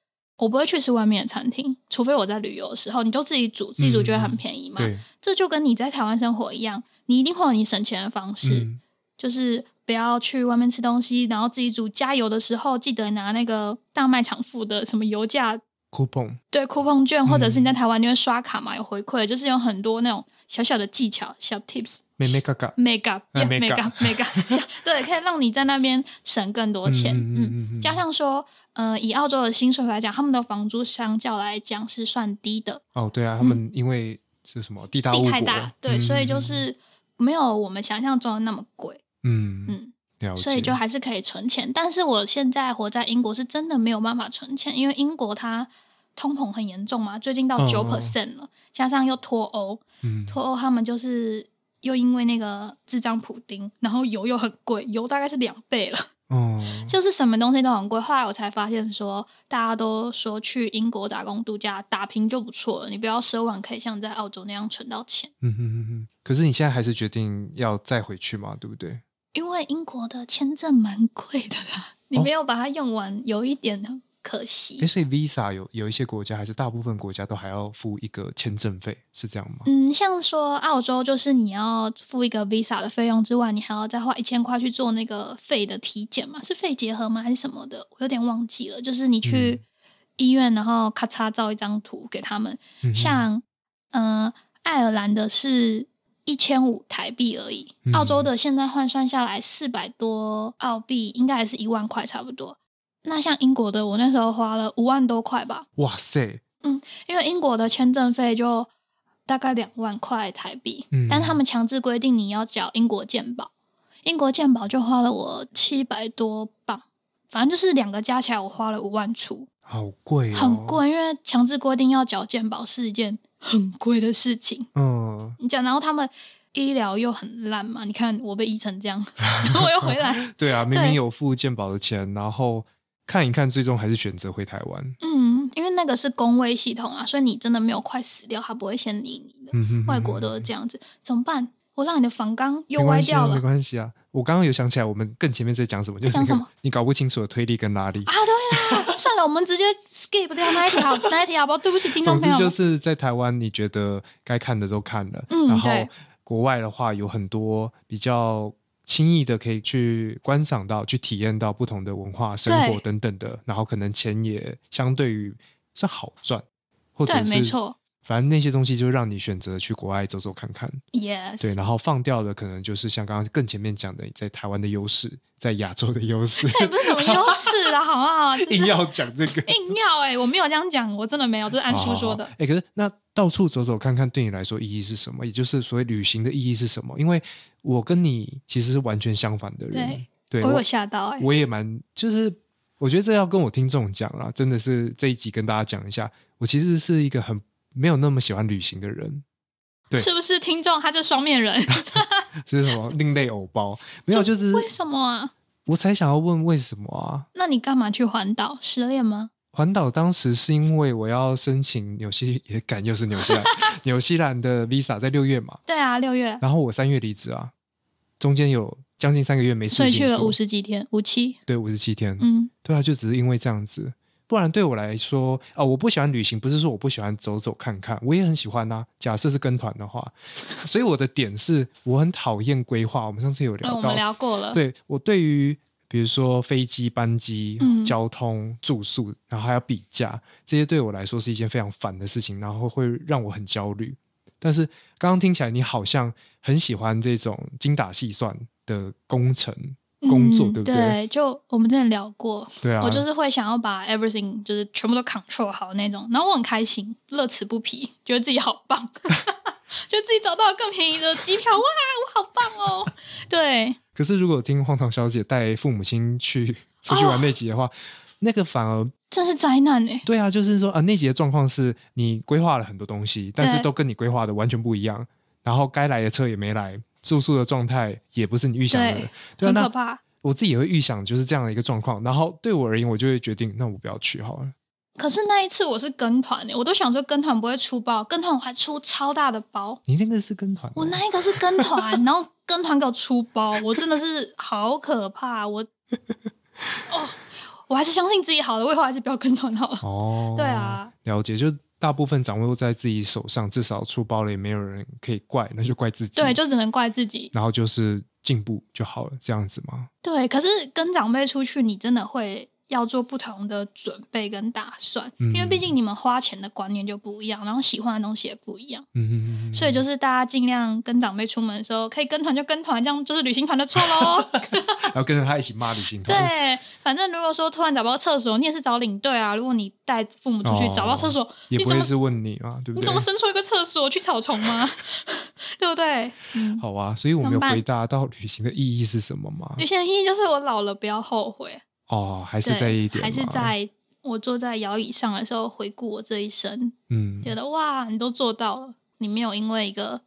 Speaker 1: 我不会去吃外面的餐厅，除非我在旅游的时候，你就自己煮，自己煮觉得很便宜嘛。
Speaker 2: 嗯对，
Speaker 1: 这就跟你在台湾生活一样，你一定会有你省钱的方式。
Speaker 2: 嗯，
Speaker 1: 就是不要去外面吃东西，然后自己煮。加油的时候记得拿那个大卖场付的什么油价
Speaker 2: ，coupon，
Speaker 1: 对 coupon 券，或者是你
Speaker 2: 嗯
Speaker 1: 在台湾你会刷卡嘛，有回馈，就是有很多那种小小的技巧、小 tips。
Speaker 2: 妹妹嘎嘎，
Speaker 1: make up
Speaker 2: 哎
Speaker 1: make
Speaker 2: makeup
Speaker 1: up make up，像 对，可以让你在那边省更多钱。嗯，
Speaker 2: 嗯
Speaker 1: 加上说，呃，以澳洲的薪水来讲，他们的房租相较来讲是算低的，
Speaker 2: 哦，对啊，他们因为是什么地大
Speaker 1: 嗯
Speaker 2: 物
Speaker 1: 地
Speaker 2: 博
Speaker 1: 太大，，对，
Speaker 2: 嗯
Speaker 1: 所以就是没有我们想象中的那么贵。
Speaker 2: 嗯
Speaker 1: 嗯，
Speaker 2: 了解，
Speaker 1: 所以就还是可以存钱。但是我现在活在英国是真的没有办法存钱，因为英国它通膨很严重嘛，最近
Speaker 2: 嗯
Speaker 1: 到九 percent 了，加上又脱欧，
Speaker 2: 嗯
Speaker 1: 脱欧他们就是又因为那个智障普丁，然后油又很贵，油大概是两倍了，
Speaker 2: 哦，
Speaker 1: 就是什么东西都很贵。后来我才发现说，大家都说去英国打工度假打拼就不错了，你不要奢望可以像在澳洲那样存到钱。
Speaker 2: 嗯哼哼哼，可是你现在还是决定要再回去嘛，对不对？
Speaker 1: 因为英国的签证蛮贵的啦，你
Speaker 2: 哦
Speaker 1: 没有把它用完，有一点可惜
Speaker 2: 诶，。所以 Visa 有有一些国家还是大部分国家都还要付一个签证费，是这样吗？
Speaker 1: 嗯，像说澳洲，就是你要付一个 Visa 的费用之外，你还要再花一千块去做那个肺的体检嘛？是肺结核吗？还是什么的？我有点忘记了。就是你去
Speaker 2: 嗯
Speaker 1: 医院，然后咔嚓照一张图给他们。
Speaker 2: 嗯哼
Speaker 1: 像
Speaker 2: 嗯
Speaker 1: 呃，爱尔兰的是一千五台币而已，
Speaker 2: 嗯
Speaker 1: 澳洲的现在换算下来四百多澳币，应该也是一万块差不多。那像英国的，我那时候花了五万多块吧，
Speaker 2: 哇塞，
Speaker 1: 因为英国的签证费就大概两万块台币，
Speaker 2: 嗯
Speaker 1: 但他们强制规定你要缴英国健保，英国健保就花了我七百多镑，反正就是两个加起来我花了五万出，
Speaker 2: 好贵、哦，
Speaker 1: 很。贵，因为强制规定要缴健保是一件很贵的事情。
Speaker 2: 嗯，
Speaker 1: 你讲，然后他们医疗又很烂嘛，你看我被医成这样，然后我又回来，
Speaker 2: 对啊，明明
Speaker 1: 对
Speaker 2: 有付健保的钱，然后看一看，最终还是选择回台湾。
Speaker 1: 嗯，因为那个是公卫系统啊，所以你真的没有快死掉，他不会先理你的。
Speaker 2: 嗯哼哼哼
Speaker 1: 外国都是这样子，怎么办？我让你的房纲又
Speaker 2: 没
Speaker 1: 歪
Speaker 2: 关系啊
Speaker 1: 掉了
Speaker 2: 没关系啊。我刚刚有想起来，我们更前面在讲什么，就是
Speaker 1: 讲
Speaker 2: 那个
Speaker 1: 什么
Speaker 2: 你搞不清楚的推力跟拉力。
Speaker 1: 啊！对啦， 算了，我们直接 skip 掉那一条那一条吧，对不起，听众朋
Speaker 2: 总之
Speaker 1: 友
Speaker 2: 就
Speaker 1: 们。
Speaker 2: 是在台湾，你觉得该看的都看了，
Speaker 1: 嗯
Speaker 2: 然后
Speaker 1: 对
Speaker 2: 国外的话有很多比较轻易的可以去观赏到、去体验到不同的文化、生活
Speaker 1: 对
Speaker 2: 等等的，然后可能钱也相对于是好赚，或者
Speaker 1: 对，没
Speaker 2: 是
Speaker 1: 错
Speaker 2: 反正那些东西就让你选择去国外走走看看，对，
Speaker 1: ，yes，
Speaker 2: 然后放掉的可能就是像刚刚更前面讲的，你在台湾的优势，在亚洲的优势，
Speaker 1: 这也不是什么优势啊，好不好？就是
Speaker 2: 硬要讲这 个。
Speaker 1: 硬要哎、我没有这样讲，我真的没有，这是按叔说的。
Speaker 2: 哎、诶可是那到处走走看看，对你来说意义是什么？也就是所谓旅行的意义是什么？因为我跟你其实是完全相反的人，对，
Speaker 1: 我
Speaker 2: 我
Speaker 1: 有吓到哎、
Speaker 2: 我也蛮就是，我觉得这要跟我听众讲啦，真的是这一集跟大家讲一下，我其实是一个很没有那么喜欢旅行的人， 对
Speaker 1: 是不是 听众他这双面人？
Speaker 2: 是什么另类偶包？没有，就是
Speaker 1: 为什么啊？
Speaker 2: 我才想要问为什么啊？
Speaker 1: 那你干嘛去环岛？失恋吗？
Speaker 2: 环岛当时是因为我要申请纽西， 也敢又是纽西兰， 纽西兰的 Visa 在六月嘛，
Speaker 1: 对啊，六月，
Speaker 2: 然后我三月离职啊，中间有将近三个月没
Speaker 1: 所
Speaker 2: 事
Speaker 1: 以去
Speaker 2: 情
Speaker 1: 了
Speaker 2: 做
Speaker 1: 五，十几天，五七，
Speaker 2: 对，五十七天，
Speaker 1: 嗯，
Speaker 2: 对啊，就只是因为这样子。不然对我来说啊、我不喜欢旅行，不是说我不喜欢走走看看，我也很喜欢啊。假设是跟团的话，所以我的点是我很讨厌规划。我们上次有
Speaker 1: 那
Speaker 2: 聊
Speaker 1: 嗯我
Speaker 2: 到，
Speaker 1: 们聊过了，
Speaker 2: 对我对于比如说飞机、班机、
Speaker 1: 嗯
Speaker 2: 交通、住宿，然后还要比价，这些对我来说是一件非常烦的事情，然后会让我很焦虑。但是刚刚听起来，你好像很喜欢这种精打细算的工程工作，
Speaker 1: 嗯
Speaker 2: 对不
Speaker 1: 对？
Speaker 2: 对？
Speaker 1: 就我们之前聊过，
Speaker 2: 对啊，
Speaker 1: 我就是会想要把 everything 就是全部都 control 好那种，然后我很开心，乐此不疲，觉得自己好棒， 觉得自己找到了更便宜的机票，哇，我好棒 哦！对，
Speaker 2: 可是如果听荒唐小姐带父母亲去 出去
Speaker 1: 哦
Speaker 2: 玩那集的话，那个反而
Speaker 1: 这是灾难哎、
Speaker 2: 对啊，就是说啊、呃那集的状况是你规划了很多东西，但是
Speaker 1: 对
Speaker 2: 都跟你规划的完全不一样，然后该来的车也没来，住宿的状态也不是你预想的。
Speaker 1: 对很
Speaker 2: 啊，
Speaker 1: 可
Speaker 2: 那
Speaker 1: 怕。
Speaker 2: 我自己也会预想就是这样的一个状况，然后对我而言，我就会决定，那我不要去好了。
Speaker 1: 可是那一次我是跟团欸我都想说跟团不会出包，跟团我还出超大的包，
Speaker 2: 你那个是跟团吗，
Speaker 1: 我那一个是跟 团，然后跟团给我出包，我真的是好可怕， 我哦，我还是相信自己好了，我以后还是不要跟团好了。
Speaker 2: 哦，
Speaker 1: 对啊，
Speaker 2: 了解，就大部分掌握在自己手上，至少出包了也没有人可以怪，那就怪自己。
Speaker 1: 对，就只能怪自己。
Speaker 2: 然后就是进步就好了，这样子吗？
Speaker 1: 对，可是跟长辈出去，你真的会要做不同的准备跟打算，因为毕
Speaker 2: 嗯
Speaker 1: 竟你们花钱的观念就不一样，然后喜欢的东西也不一样，
Speaker 2: 嗯，
Speaker 1: 所以就是大家尽量跟长辈出门的时候，可以跟团就跟团，这样就是旅行团的错喽。
Speaker 2: 然后跟着他一起骂旅行 团。
Speaker 1: 对，反正如果说突然找不到厕所，你也是找领队啊。如果你带父母出去找不到厕所，
Speaker 2: 也
Speaker 1: 你
Speaker 2: 不
Speaker 1: 怎
Speaker 2: 会
Speaker 1: 么
Speaker 2: 是问你嘛，对
Speaker 1: 你
Speaker 2: 不哦对？
Speaker 1: 怎么生出一个厕所去草丛吗？ 对不对？嗯，
Speaker 2: 好啊，所以我们
Speaker 1: 怎么
Speaker 2: 有
Speaker 1: 办
Speaker 2: 回答到旅行的意义是什么吗？
Speaker 1: 有些人意义就是我老了不要后悔，
Speaker 2: 哦，还是
Speaker 1: 对，
Speaker 2: 在意一点嘛，
Speaker 1: 还是在我坐在摇椅上的时候回顾我这一生，
Speaker 2: 嗯，
Speaker 1: 觉得哇，你都做到了，你没有因为一个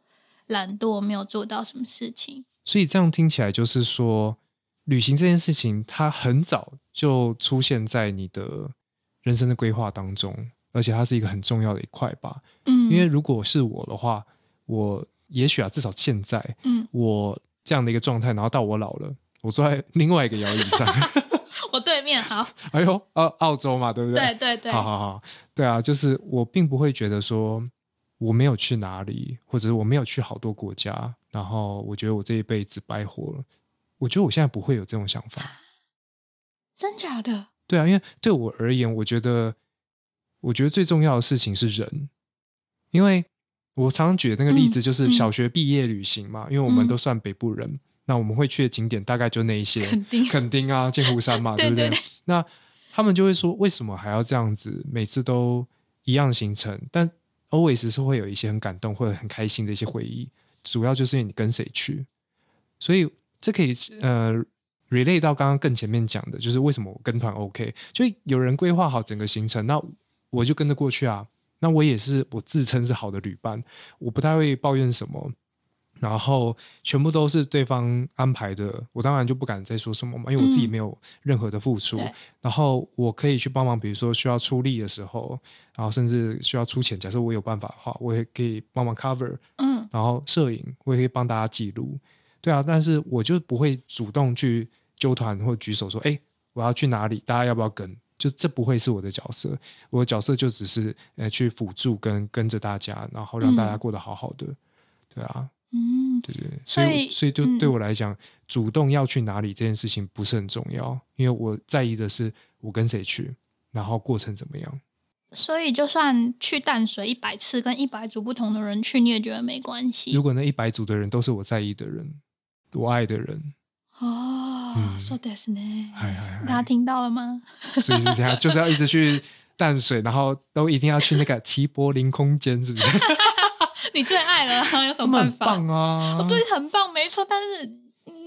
Speaker 1: 懒惰没有做到什么事情。
Speaker 2: 所以这样听起来就是说，旅行这件事情它很早就出现在你的人生的规划当中，而且它是一个很重要的一块吧。
Speaker 1: 嗯，
Speaker 2: 因为如果是我的话，我也许啊，至少现在
Speaker 1: 嗯，
Speaker 2: 我这样的一个状态，然后到我老了，我坐在 另外一个摇椅上，
Speaker 1: 我对面好，
Speaker 2: 哎呦，澳澳洲嘛，对不
Speaker 1: 对对对，
Speaker 2: 好好好，对啊，就是我并不会觉得说我没有去哪里，或者是我没有去好多国家，然后我觉得我这一辈子白活了。我觉得我现在不会有这种想法。
Speaker 1: 啊真假的，
Speaker 2: 对啊，因为对我而言，我觉得，我觉得最重要的事情是人，因为我常常举的那个例子
Speaker 1: 嗯
Speaker 2: 就是
Speaker 1: 嗯
Speaker 2: 小学毕业旅行嘛，因为我们
Speaker 1: 嗯
Speaker 2: 都算北部人，那我们会去的景点大概就那一些，
Speaker 1: 肯定
Speaker 2: 垦丁啊、剑湖山嘛，
Speaker 1: 对
Speaker 2: 不
Speaker 1: 对
Speaker 2: 那他们就会说，为什么还要这样子，每次都一样行程？但 always 是会有一些很感动或者很开心的一些回忆，主要就是因为你跟谁去。所以这可以呃 relay 到刚刚更前面讲的，就是为什么我跟团 OK，就有人规划好整个行程，那我就跟着过去啊。那我也是，我自称是好的旅伴，我不太会抱怨什么，然后全部都是对方安排的，我当然就不敢再说什么嘛，因为我自己
Speaker 1: 嗯
Speaker 2: 没有任何的付出。
Speaker 1: 对
Speaker 2: 然后我可以去帮忙，比如说需要出力的时候，然后甚至需要出钱，假设我有办法的话，我也可以帮忙 cover。
Speaker 1: 嗯，
Speaker 2: 然后摄影我也可以帮大家记录，对啊，但是我就不会主动去揪团或举手说，哎，我要去哪里，大家要不要跟？就这不会是我的角色，我的角色就只是呃去辅助跟跟着大家，然后让大家
Speaker 1: 嗯
Speaker 2: 过得好好的，对啊，
Speaker 1: 嗯，
Speaker 2: 对对，对
Speaker 1: 所
Speaker 2: 所
Speaker 1: 以
Speaker 2: 以所以就
Speaker 1: 嗯
Speaker 2: 对我来讲，主动要去哪里这件事情不是很重要，因为我在意的是我跟谁去，然后过程怎么样。
Speaker 1: 所以就算去淡水一百次，跟一百组不同的人去，你也觉得没关系
Speaker 2: 如果那一百组的人都是我在意的人，我爱的人，
Speaker 1: 哦。
Speaker 2: 嗯
Speaker 1: 说 t h 呢，
Speaker 2: 哎哎
Speaker 1: 大
Speaker 2: 哎
Speaker 1: 家，听到了吗？
Speaker 2: 所以是这样，就是要一直去淡水，然后都一定要去那个齐柏林空间，是不 是？
Speaker 1: 你最爱了， 然后有什
Speaker 2: 他
Speaker 1: 么办
Speaker 2: 们很
Speaker 1: 法？
Speaker 2: 棒啊！
Speaker 1: 哦，对，很棒，没错，但是、嗯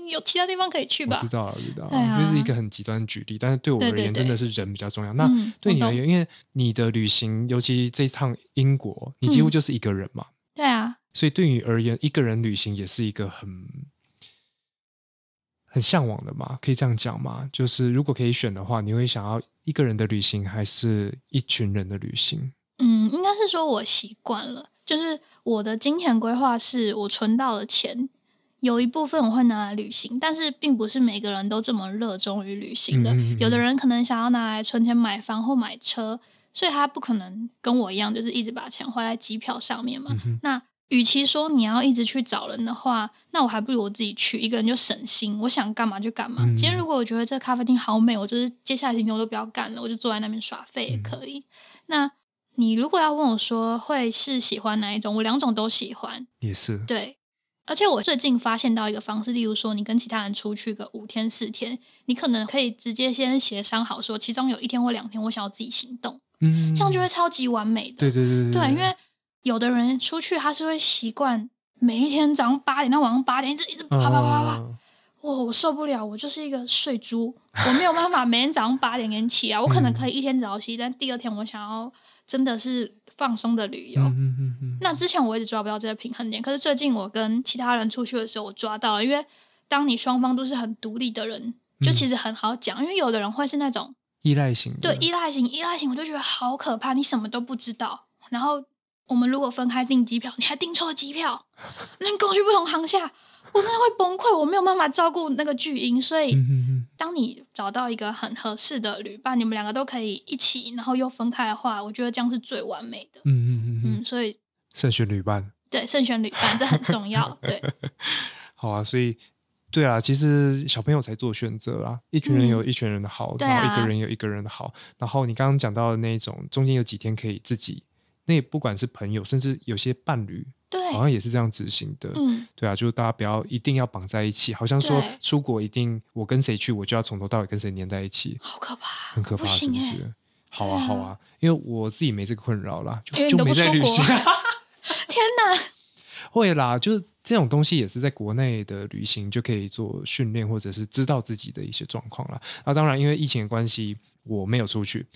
Speaker 1: 有其他地方可以去
Speaker 2: 我
Speaker 1: 吧
Speaker 2: 知？道了，我知道了，
Speaker 1: 对啊
Speaker 2: 就是一个很极端的举例，但是对我
Speaker 1: 对
Speaker 2: 而
Speaker 1: 对
Speaker 2: 言，
Speaker 1: 对
Speaker 2: 真的是人比较重要。那
Speaker 1: 嗯，
Speaker 2: 对
Speaker 1: 我
Speaker 2: 你而
Speaker 1: 懂
Speaker 2: 言，因为你的旅行，尤其这一趟英国，你几乎
Speaker 1: 嗯
Speaker 2: 就是一个人嘛，
Speaker 1: 对啊，
Speaker 2: 所以对你而言，一个人旅行也是一个很很向往的嘛，可以这样讲嘛？就是如果可以选的话，你会想要一个人的旅行，还是一群人的旅行？
Speaker 1: 嗯，应该是说我习惯了，就是我的金钱规划是我存到了钱，有一部分我会拿来旅行，但是并不是每个人都这么热衷于旅行的。
Speaker 2: 嗯嗯嗯
Speaker 1: 有的人可能想要拿来存钱买房或买车，所以他不可能跟我一样，就是一直把钱花在机票上面嘛。
Speaker 2: 嗯哼，
Speaker 1: 那与其说你要一直去找人的话，那我还不如我自己去，一个人就省心，我想干嘛就干嘛。
Speaker 2: 嗯
Speaker 1: 今天如果我觉得这个咖啡厅好美，我就是接下来行程我都不要干了，我就坐在那边耍废也
Speaker 2: 嗯
Speaker 1: 可以。那你如果要问我说会是喜欢哪一种，我两种都喜欢。
Speaker 2: 也是，
Speaker 1: 对，而且我最近发现到一个方式，例如说你跟其他人出去个五天四天，你可能可以直接先协商好说，其中有一天或两天我想要自己行动，
Speaker 2: 嗯，
Speaker 1: 这样就会超级完美的。
Speaker 2: 对对对对
Speaker 1: 对，因为有的人出去他是会习惯每一天早上八点到晚上八点，一直一直啪啪啪啪啪，
Speaker 2: 嗯
Speaker 1: 哇，我受不了，我就是一个睡猪，我没有办法每天早上八点给你起来，我可能
Speaker 2: 嗯
Speaker 1: 可以一天早起，但第二天我想要真的是放松的旅游。
Speaker 2: 嗯嗯嗯嗯，
Speaker 1: 那之前我一直抓不到这个平衡点，可是最近我跟其他人出去的时候，我抓到了，因为当你双方都是很独立的人，就
Speaker 2: 嗯
Speaker 1: 其实很好讲，因为有的人会是那种
Speaker 2: 依赖型的，
Speaker 1: 对，依赖型，依赖型，我就觉得好可怕，你什么都不知道。然后我们如果分开订机票，你还订错机票，那你跟我去不同航厦，我真的会崩溃，我没有办法照顾那个巨婴。所以，
Speaker 2: 嗯嗯嗯，
Speaker 1: 当你找到一个很合适的旅伴，你们两个都可以一起，然后又分开的话，我觉得这样是最完美的。
Speaker 2: 嗯嗯嗯嗯，
Speaker 1: 嗯，所以
Speaker 2: 慎选旅伴。
Speaker 1: 对慎选旅伴这很重要。 对，
Speaker 2: 好啊，所以对啊，其实小朋友才做选择啦，一群人有一群人的好，
Speaker 1: 对
Speaker 2: 然后一
Speaker 1: 啊
Speaker 2: 个人有一个人的好，然后你刚刚讲到的那一种，中间有几天可以自己，那也不管是朋友，甚至有些伴侣，
Speaker 1: 对，
Speaker 2: 好像啊也是这样执行的。
Speaker 1: 嗯，
Speaker 2: 对啊，就是大家不要一定要绑在一起，好像说
Speaker 1: 对
Speaker 2: 出国一定我跟谁去，我就要从头到尾跟谁黏在一起，
Speaker 1: 好可怕，
Speaker 2: 很可怕，
Speaker 1: 不
Speaker 2: 是
Speaker 1: 行
Speaker 2: 不
Speaker 1: 哎、
Speaker 2: 是？好
Speaker 1: 对
Speaker 2: 啊，
Speaker 1: 啊
Speaker 2: 好啊，因为我自己没这个困扰啦，
Speaker 1: 因为你
Speaker 2: 就就
Speaker 1: 都不
Speaker 2: 没在
Speaker 1: 出
Speaker 2: 旅
Speaker 1: 国
Speaker 2: 行。
Speaker 1: 天哪，
Speaker 2: 会啦，就是这种东西也是在国内的旅行就可以做训练，或者是知道自己的一些状况啦。那当然，因为疫情的关系，我没有出去。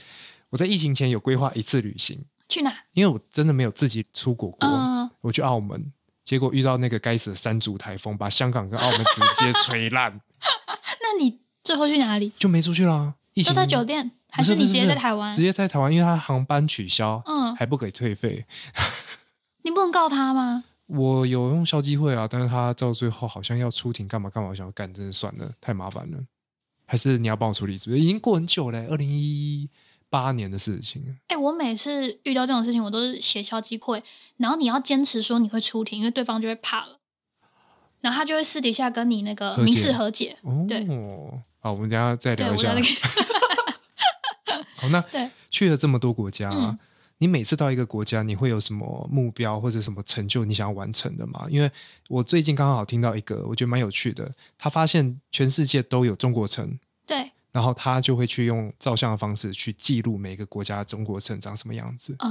Speaker 2: 我在疫情前有规划一次旅行，
Speaker 1: 去哪？
Speaker 2: 因为我真的没有自己出国过，
Speaker 1: 嗯、
Speaker 2: 我去澳门，结果遇到那个该死的山竹台风，把香港跟澳门直接吹烂，
Speaker 1: 那你最后去哪里？
Speaker 2: 就没出去啦。疫
Speaker 1: 都
Speaker 2: 情
Speaker 1: 在酒店，还
Speaker 2: 不是
Speaker 1: 你
Speaker 2: 不
Speaker 1: 直接在
Speaker 2: 不是
Speaker 1: 台湾？
Speaker 2: 直接在台湾，因为它航班取消，
Speaker 1: 嗯，
Speaker 2: 还不给退费。
Speaker 1: 你不能告他吗？
Speaker 2: 我有用消基会啊，但是他到最后好像要出庭干嘛干嘛，我想干，真的算了，太麻烦了。还是你要帮我处理，是不是？已经过很久嘞、2二零一八年的事情了。
Speaker 1: 哎、我每次遇到这种事情，我都是写消机会，然后你要坚持说你会出庭，因为对方就会怕了，然后他就会私底下跟你那个
Speaker 2: 和解
Speaker 1: 民事和解。对
Speaker 2: 哦，好，我们等一下再
Speaker 1: 对，
Speaker 2: 聊
Speaker 1: 我
Speaker 2: 一下
Speaker 1: 在那。个
Speaker 2: 好，那
Speaker 1: 对
Speaker 2: 去了这么多国家、啊
Speaker 1: 嗯
Speaker 2: 你每次到一个国家，你会有什么目标或者什么成就你想要完成的吗？因为我最近刚好听到一个，我觉得蛮有趣的，他发现全世界都有中国城，
Speaker 1: 对，
Speaker 2: 然后他就会去用照相的方式去记录每个国家中国城长什么样子。
Speaker 1: 啊，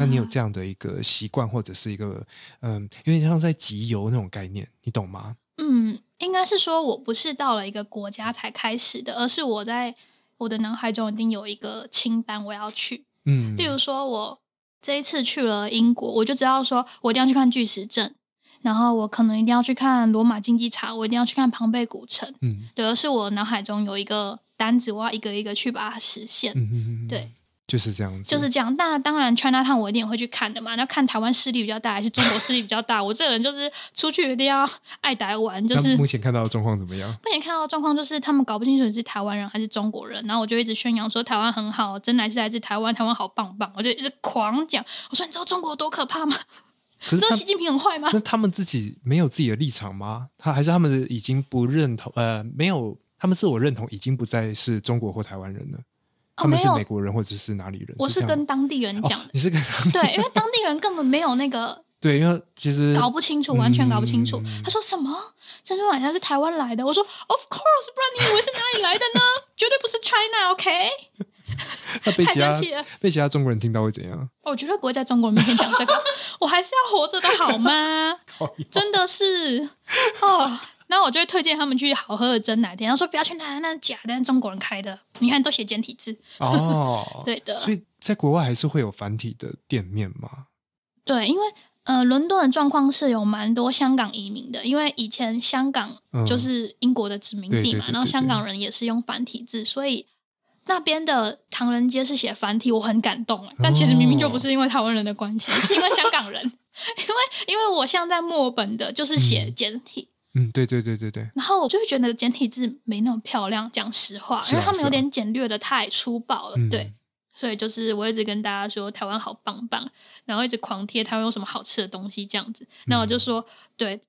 Speaker 2: 那你有这样的一个习惯，或者是一个嗯，有点像在集邮那种概念，你懂吗？
Speaker 1: 嗯，应该是说我不是到了一个国家才开始的，而是我在我的脑海中已经有一个清单我要去，
Speaker 2: 嗯，
Speaker 1: 例如说，我这一次去了英国，我就知道说我一定要去看巨石阵，然后我可能一定要去看罗马竞技场，我一定要去看庞贝古城。
Speaker 2: 嗯
Speaker 1: 对，而是我脑海中有一个单子，我要一个一个去把它实现。
Speaker 2: 嗯嗯，嗯
Speaker 1: 对，
Speaker 2: 就是这样子，
Speaker 1: 就是这样，那当然，China Town 我一定也会去看的嘛。那看台湾势力比较大，还是中国势力比较大？我这个人就是出去一定要爱台玩，就
Speaker 2: 那
Speaker 1: 是
Speaker 2: 目前看到的状况怎么样？
Speaker 1: 目前看到的状况就是他们搞不清楚你是台湾人还是中国人，然后我就一直宣扬说台湾很好，真乃是来自台湾，台湾好棒棒，我就一直狂讲，我说你知道中国有多可怕吗？ 你
Speaker 2: 可是
Speaker 1: 知道
Speaker 2: 他
Speaker 1: 习近平很坏吗？哦
Speaker 2: 那他们自己没有自己的立场吗？他还是他们已经不认同，呃，没有，他们自我认同已经不再是中国或台湾人了，
Speaker 1: 哦，
Speaker 2: 他们
Speaker 1: 没
Speaker 2: 是
Speaker 1: 有
Speaker 2: 美，国人或者是哪里人？
Speaker 1: 我是
Speaker 2: 这样
Speaker 1: 跟当地人
Speaker 2: 哦
Speaker 1: 讲的，
Speaker 2: 你是跟他们
Speaker 1: 对，因为当地人根本没有那个
Speaker 2: 对，因为其实
Speaker 1: 搞不清楚，完全搞不清楚。
Speaker 2: 嗯
Speaker 1: 他说什么珍珠奶茶是台湾来的？我说 Of course，不然你以为是哪里来 的呢？绝对不是 China，OK？、
Speaker 2: 那被
Speaker 1: 太
Speaker 2: 其他
Speaker 1: 生气了。
Speaker 2: 被其他中国人听到会怎样？
Speaker 1: 我绝对不会在中国人面前讲这个， 我还是要活着的好吗？真的是哦。然后我就会推荐他们去好喝的真奶店，他说不要去那那假的，那中国人开的，你看都写简体字，
Speaker 2: 哦，
Speaker 1: 对的，
Speaker 2: 所以在国外还是会有繁体的店面嘛？
Speaker 1: 对，因为呃，伦敦的状况是有蛮多香港移民的，因为以前香港
Speaker 2: 嗯
Speaker 1: 就是英国的殖民
Speaker 2: 对
Speaker 1: 地
Speaker 2: 对
Speaker 1: 嘛，
Speaker 2: 对
Speaker 1: 然后
Speaker 2: 对
Speaker 1: 香
Speaker 2: 对
Speaker 1: 港人也是用繁体字，所以那边的唐人街是写繁体，我很感动、欸。但其实明明就
Speaker 2: 哦
Speaker 1: 不是因为台湾人的关系，是因为香港人， 因为因为我像在墨尔本的，就是写
Speaker 2: 嗯
Speaker 1: 简体，
Speaker 2: 嗯，对对对对对，
Speaker 1: 然后我就会觉得简体字没那么漂亮，讲实话，
Speaker 2: 是
Speaker 1: 因
Speaker 2: 啊
Speaker 1: 为他们
Speaker 2: 是
Speaker 1: 有
Speaker 2: 啊
Speaker 1: 点简略的太粗暴了，
Speaker 2: 嗯，
Speaker 1: 呃对。，所以就是我一直跟大家说台湾好棒棒，然后一直狂贴台湾有什么好吃的东西这样子。那
Speaker 2: 嗯
Speaker 1: 我就说，对，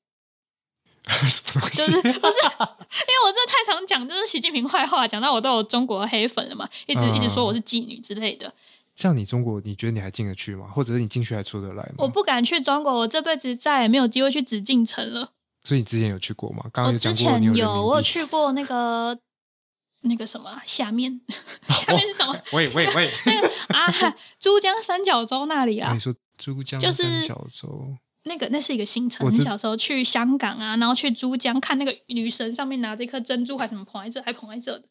Speaker 2: 什么东西？
Speaker 1: 就是不是因为我真的太常讲就是习近平坏话，讲到我都有中国黑粉了嘛，一直、
Speaker 2: 嗯
Speaker 1: 一直说我是妓女之类的。
Speaker 2: 像你中国，你觉得你还进得去吗？或者是你进去还出得来吗？
Speaker 1: 我不敢去中国，我这辈子再也没有机会去紫禁城了。
Speaker 2: 所以你之前有去过吗？刚
Speaker 1: 我
Speaker 2: 刚
Speaker 1: 之
Speaker 2: 有讲
Speaker 1: 前
Speaker 2: 过你
Speaker 1: 有，我有
Speaker 2: 有人民币，
Speaker 1: 去过那个那个什么啊下面，
Speaker 2: 哦
Speaker 1: 下面是什么？
Speaker 2: 喂喂喂，
Speaker 1: 那 个啊，珠江三角洲那 里啊，
Speaker 2: 哦你说珠江
Speaker 1: 就是
Speaker 2: 三角洲，
Speaker 1: 那个那是一个行程，
Speaker 2: 我
Speaker 1: 你
Speaker 2: 知
Speaker 1: 小时候去香港啊，然后去珠江看那个女神上面拿着一颗珍珠，还什么捧在这，还捧在这的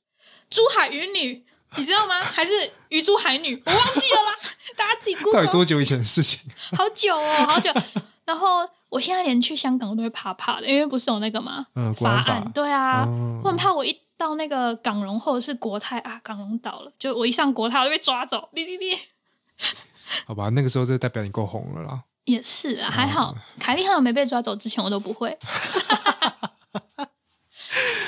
Speaker 1: 珠海渔女，你知道吗？还是渔珠海女，我忘记了啦，大家 自己
Speaker 2: 到底
Speaker 1: Google，
Speaker 2: 多久以前的事情？
Speaker 1: 好久哦，好久。然后我现在连去香港我都会怕怕的，因为不是有那个嘛、
Speaker 2: 嗯国
Speaker 1: 法
Speaker 2: 安
Speaker 1: 案，
Speaker 2: 法
Speaker 1: 对啊，
Speaker 2: 哦
Speaker 1: 我很怕我一到那个港荣或者是国泰啊，港荣倒了，就我一上国泰我就被抓走，哔哔哔。
Speaker 2: 好吧，那个时候就代表你够红了啦。
Speaker 1: 也是
Speaker 2: 哦
Speaker 1: 啊，还好凯莉还有没被抓走之前，我都不会。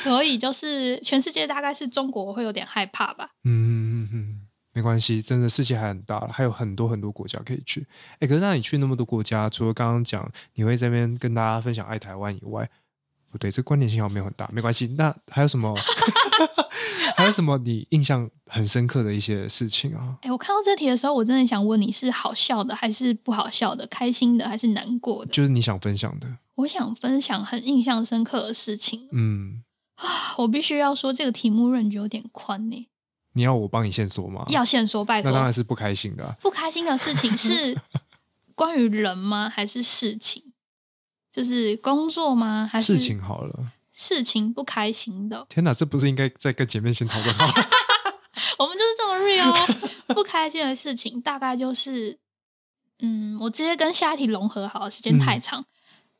Speaker 1: 所以就是全世界大概是中国，我会有点害怕吧。
Speaker 2: 嗯嗯嗯嗯，没关系，真的世界还很大，还有很多很多国家可以去。哎，可是那你去那么多国家，除了刚刚讲你会这边跟大家分享爱台湾以外，不对，这关联性好像没有很大，没关系。那还有 什么？ 还有什么你印象很深刻的一些事情啊？
Speaker 1: 哎，我看到这题的时候，我真的想问你是好笑的还是不好笑的，开心的还是难过的？
Speaker 2: 就是你想分享的，
Speaker 1: 我想分享很印象深刻的事情。
Speaker 2: 嗯，
Speaker 1: 我必须要说，这个题目认知有点宽呢、
Speaker 2: 你要我帮你线索吗？
Speaker 1: 要线索拜
Speaker 2: 哦那当
Speaker 1: 托
Speaker 2: 然，是不开心的啊、
Speaker 1: 不开心的事情 是关于人吗？还是事情？就是工作吗？还是
Speaker 2: 事情好了，
Speaker 1: 事情不开心的，
Speaker 2: 天哪，这不是应该在跟前面先讨论 好？
Speaker 1: 我们就是这么 real 哦。不开心的事情大概就是，嗯，我直接跟下一题融合好了，时间太
Speaker 2: 嗯
Speaker 1: 长。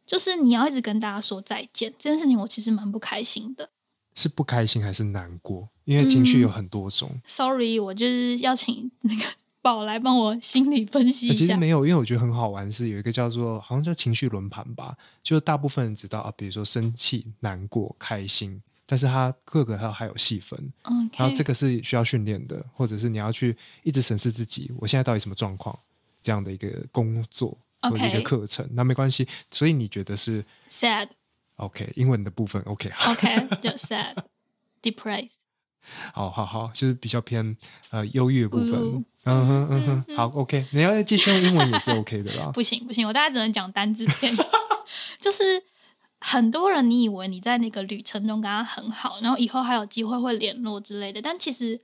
Speaker 1: 就是你要一直跟大家说再见这件事情，我其实蛮不开心的。
Speaker 2: 是不开心还是难过？因为情
Speaker 1: 嗯
Speaker 2: 绪有很多种。
Speaker 1: Sorry，我就是要请那个 宝来帮我心理分析
Speaker 2: 呃
Speaker 1: 一
Speaker 2: 其实
Speaker 1: 下。
Speaker 2: 没有，因为我觉得很好玩，是有一个叫做好像叫情绪轮盘吧，就是大部分人知道啊，比如说生气、难过、开心，但是它各个它还有细分，然后
Speaker 1: OK，
Speaker 2: 这个是需要训练的，或者是你要去一直审视自己，我现在到底什么状况，这样的一个工作或者一个
Speaker 1: OK
Speaker 2: 课程那没关系，所以你觉得是
Speaker 1: sad。
Speaker 2: OK 英文的部分 OK 好。
Speaker 1: OK，就 sad。Depressed，
Speaker 2: 好好好，就是比较偏呃忧郁的部
Speaker 1: 嗯
Speaker 2: 分。嗯哼嗯
Speaker 1: 嗯
Speaker 2: 哼，
Speaker 1: 嗯
Speaker 2: 好 OK，你要继续用英文也是 OK 的啦。
Speaker 1: 不行不行，我大概只能讲单字片。 就是很多人，你以为你在那个旅程中跟他很好，然后以后还有机会会联络之类的，但其实，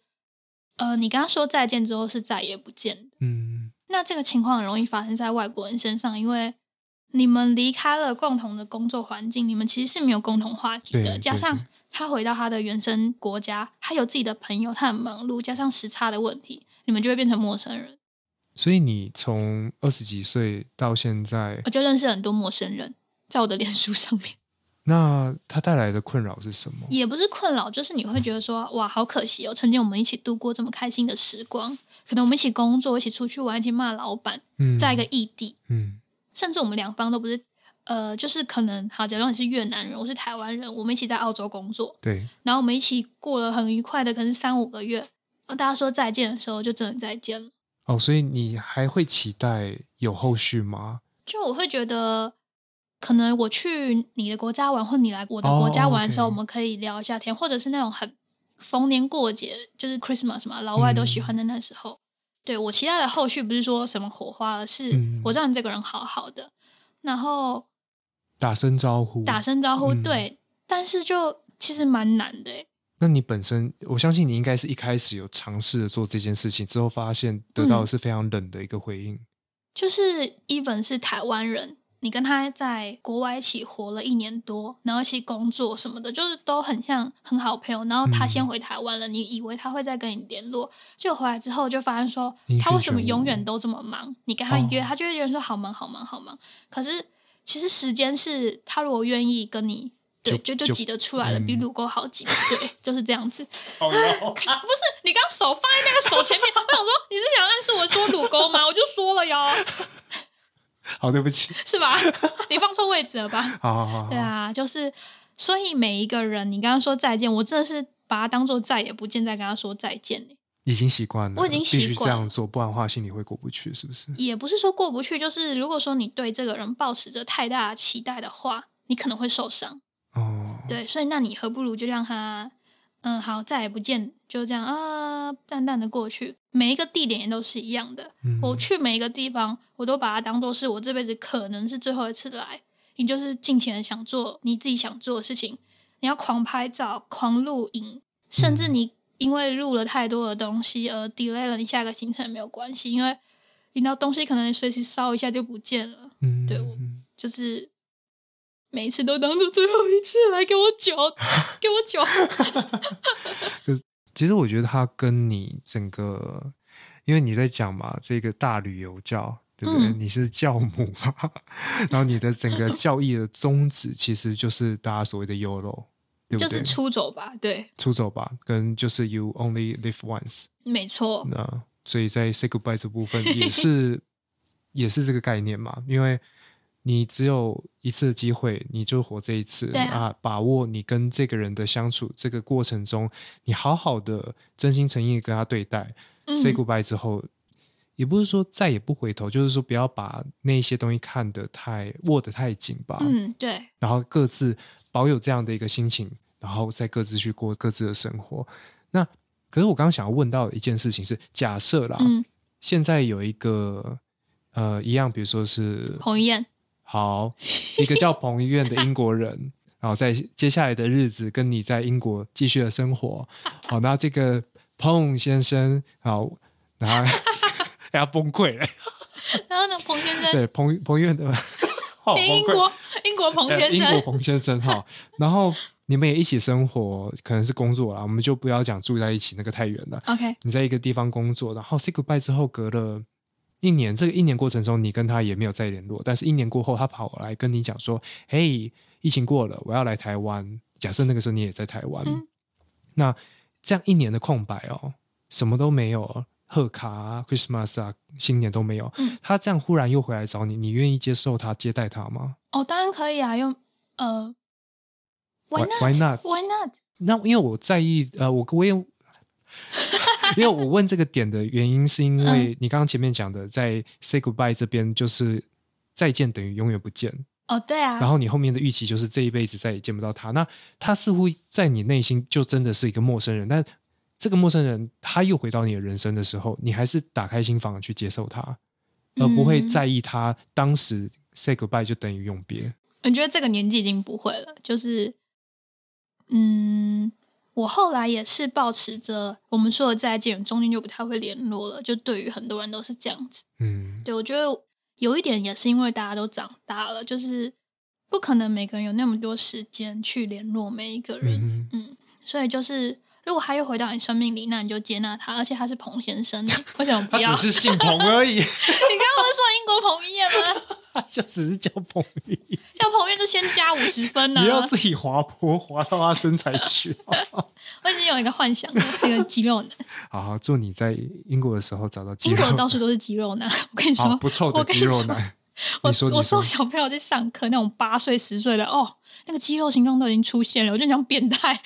Speaker 1: 呃，你跟他说再见之后是再也不见的。
Speaker 2: 嗯，
Speaker 1: 那这个情况很容易发生在外国人身上，因为你们离开了共同的工作环境，你们其实是没有共同话题的。
Speaker 2: 对
Speaker 1: 加
Speaker 2: 对
Speaker 1: 上
Speaker 2: 对
Speaker 1: 他回到他的原生国家，他有自己的朋友，他很忙碌，加上时差的问题，你们就会变成陌生人。
Speaker 2: 所以你从二十几岁到现在
Speaker 1: 我，就认识很多陌生人，在我的脸书上面。
Speaker 2: 那它带来的困扰是什么？
Speaker 1: 也不是困扰，就是你会觉得说，哇，好可惜哦，曾经我们一起度过这么开心的时光，可能我们一起工作，一起出去玩，一起骂老板，
Speaker 2: 嗯，
Speaker 1: 在一个异地，
Speaker 2: 嗯
Speaker 1: 甚至我们两方都不是，呃，就是可能，好，假如你是越南人，我是台湾人，我们一起在澳洲工作，
Speaker 2: 对，
Speaker 1: 然后我们一起过了很愉快的，可能三五个月，然后大家说再见的时候，就真的再见了。
Speaker 2: 哦，所以你还会期待有后续吗？
Speaker 1: 就我会觉得，可能我去你的国家玩，或你来我的
Speaker 2: 哦
Speaker 1: 国家玩的时候，
Speaker 2: ，OK
Speaker 1: 我们可以聊一下天，或者是那种很逢年过节，就是 Christmas 嘛，老外都喜
Speaker 2: 嗯
Speaker 1: 欢的那时候。对我期待的后续不是说什么火花，而是
Speaker 2: 嗯
Speaker 1: 我知道你这个人好好的，然后
Speaker 2: 打声招呼，
Speaker 1: 打声招呼，
Speaker 2: 嗯
Speaker 1: 对，但是就其实蛮难的欸、
Speaker 2: 那你本身，我相信你应该是一开始有尝试着做这件事情，之
Speaker 1: 嗯
Speaker 2: 后发现得到的是非常冷的一个回应。
Speaker 1: 就是 even 是台湾人，你跟他在国外一起活了一年多，然后一起工作什么的，就是都很像很好朋友。然后他先
Speaker 2: 嗯
Speaker 1: 回台湾了，你以为他会再跟你联络，就回来之后就发现说
Speaker 2: 音
Speaker 1: 他
Speaker 2: 讯
Speaker 1: 为什么
Speaker 2: 全
Speaker 1: 永
Speaker 2: 无
Speaker 1: 远都这么忙？你跟他
Speaker 2: 哦
Speaker 1: 约，他就会觉得说好忙好忙好忙。可是其实时间是他如果愿意跟你。对，就
Speaker 2: 就
Speaker 1: 就
Speaker 2: 就
Speaker 1: 挤得出来了，比
Speaker 2: 嗯哦
Speaker 1: 乳沟好挤。对，就是这样 子。
Speaker 3: 好绕，
Speaker 1: 不是你刚手放在那个手前面，我想说你是想暗示我说乳沟吗？我就说了哟，
Speaker 2: 好，对不起，
Speaker 1: 是吧？ 你放错位置了吧？
Speaker 2: 好好好，好
Speaker 1: 对，啊，就是所以每一个人，你刚刚说再见，我真的是把它当做再也不见，再跟他说再见、欸、
Speaker 2: 已经习惯了，
Speaker 1: 我已经
Speaker 2: 必
Speaker 1: 习
Speaker 2: 须
Speaker 1: 惯
Speaker 2: 这
Speaker 1: 了
Speaker 2: 样做，不然的话心里会过不去，是不是？
Speaker 1: 也不是说过不去，就是如果说你对这个人抱持着太大的期待的话，你可能会受伤。
Speaker 2: 哦，
Speaker 1: 对，所以那你何不如就让他，嗯，好，再也不见，就这样啊，淡淡的过去。每一个地点也都是一样的，
Speaker 2: 嗯
Speaker 1: 我去每一个地方，我都把它当做是我这辈子可能是最后一次来。你就是尽情的想做你自己想做的事情，你要狂拍照、狂录影，甚至
Speaker 2: 嗯
Speaker 1: 你因为录了太多的东西而 delay 了你下个行程也没有关系，因为你那东西可能随时烧一下就不见了。
Speaker 2: 嗯，
Speaker 1: 对我
Speaker 2: 嗯
Speaker 1: 就是每一次都当做最后一次来给我 酒，给我酒。
Speaker 2: 其实我觉得它跟你整个，因为你在讲嘛，这个大旅游教，对不对？
Speaker 1: 嗯
Speaker 2: 你是教母嘛， 然后你的整个教义的宗旨其实就是大家所谓的 “yolo”，对不
Speaker 1: 就
Speaker 2: 对？
Speaker 1: 是出走吧，对，
Speaker 2: 出走吧，跟就是 “you only live once”。
Speaker 1: 没错，
Speaker 2: 那所以在 “say goodbye” 这部分 也是也是这个概念嘛，因为你只有一次的机会，你就活这一次
Speaker 1: 对啊
Speaker 2: 把握你跟这个人的相处这个过程中，你好好的真心诚意地跟他对待、
Speaker 1: 嗯
Speaker 2: s a y goodbye 之后。也不是说再也不回头，就是说不要把那些东西看得太握得太紧吧。
Speaker 1: 嗯，对，
Speaker 2: 然后各自保有这样的一个心情，然后再各自去过各自的生活。那可是我刚刚想要问到的一件事情是，假设啦，
Speaker 1: 嗯，
Speaker 2: 现在有一个呃一样，比如说是
Speaker 1: 彭于晏，
Speaker 2: 好一个叫彭于晏的英国人， 然后在接下来的日子跟你在英国继续的生活。好，那这个彭先生，好，然后 要崩溃了，
Speaker 1: 然后呢，彭 先生，
Speaker 2: 对彭彭于晏的。 好崩
Speaker 1: 诶英
Speaker 2: 溃。
Speaker 1: 国英国彭
Speaker 2: 呃
Speaker 1: 先
Speaker 2: 英国
Speaker 1: 生，
Speaker 2: 彭先生哈，然后你们也一起生活，可能是工作啦，我们就不要讲住在一起，那个太远了。
Speaker 1: OK，
Speaker 2: 你在一个地方工作，然后 say goodbye 之后，隔了一年，这个一年过程中，你跟他也没有再联络，但是一年过后，他跑来跟你讲说：“嘿，疫情过了，我要来台湾。”假设那个时候你也在台湾，
Speaker 1: 嗯
Speaker 2: 那这样一年的空白哦，什么都没有，贺卡啊、Christmas 啊、新年都没有。
Speaker 1: 嗯
Speaker 2: 他这样忽然又回来找你，你愿意接受他接待他吗？
Speaker 1: 哦，当然可以啊，用呃
Speaker 2: Why- why not？
Speaker 1: not？Why not？
Speaker 2: 那因为我在意，呃，我我也， 因为我问这个点的原因，是因
Speaker 1: 嗯
Speaker 2: 为你刚刚前面讲的，在 say goodbye 这边就是再见等于永远不见，
Speaker 1: 哦，对啊，
Speaker 2: 然后你后面的预期就是这一辈子再也见不到他。那他似乎在你内心就真的是一个陌生人，但这个陌生人他又回到你的人生的时候，你还是打开心房去接受他，而不会
Speaker 1: 嗯
Speaker 2: 在意他当时 say goodbye 就等于永别。
Speaker 1: 我觉得这个年纪已经不会了，就是，嗯，我后来也是保持着我们说的再见，中间就不太会联络了。就对于很多人都是这样子。
Speaker 2: 嗯，
Speaker 1: 对我觉得有一点也是因为大家都长大了，就是不可能每个人有那么多时间去联络每一个人，
Speaker 2: 嗯哼，
Speaker 1: 所以就是如果他又回到你生命里，那你就接纳他，而且他是彭先生欸，为什么
Speaker 2: 他
Speaker 1: 不要？你刚
Speaker 2: 只是姓彭而已，
Speaker 1: 刚不是说英国彭于晏吗？
Speaker 2: 他就只是叫彭于晏。
Speaker 1: 像彭于晏就先加五十分呢、啊
Speaker 2: 你要自己滑坡滑到他身材去。哦
Speaker 1: 我已经有一个幻想了，是一个肌肉男。
Speaker 2: 好好，祝你在英国的时候找到肌
Speaker 1: 英
Speaker 2: 肉
Speaker 1: 国
Speaker 2: 男，
Speaker 1: 到处都是肌肉男，我跟你
Speaker 2: 好
Speaker 1: 说，
Speaker 2: 不臭的
Speaker 1: 我跟
Speaker 2: 肌
Speaker 1: 你
Speaker 2: 肉
Speaker 1: 说
Speaker 2: 男。
Speaker 1: 我
Speaker 2: 你说，
Speaker 1: 我
Speaker 2: 你
Speaker 1: 送
Speaker 2: 说，
Speaker 1: 小朋友去上课，那种八岁十岁的，哦，那个肌肉形状都已经出现了，我就想变态。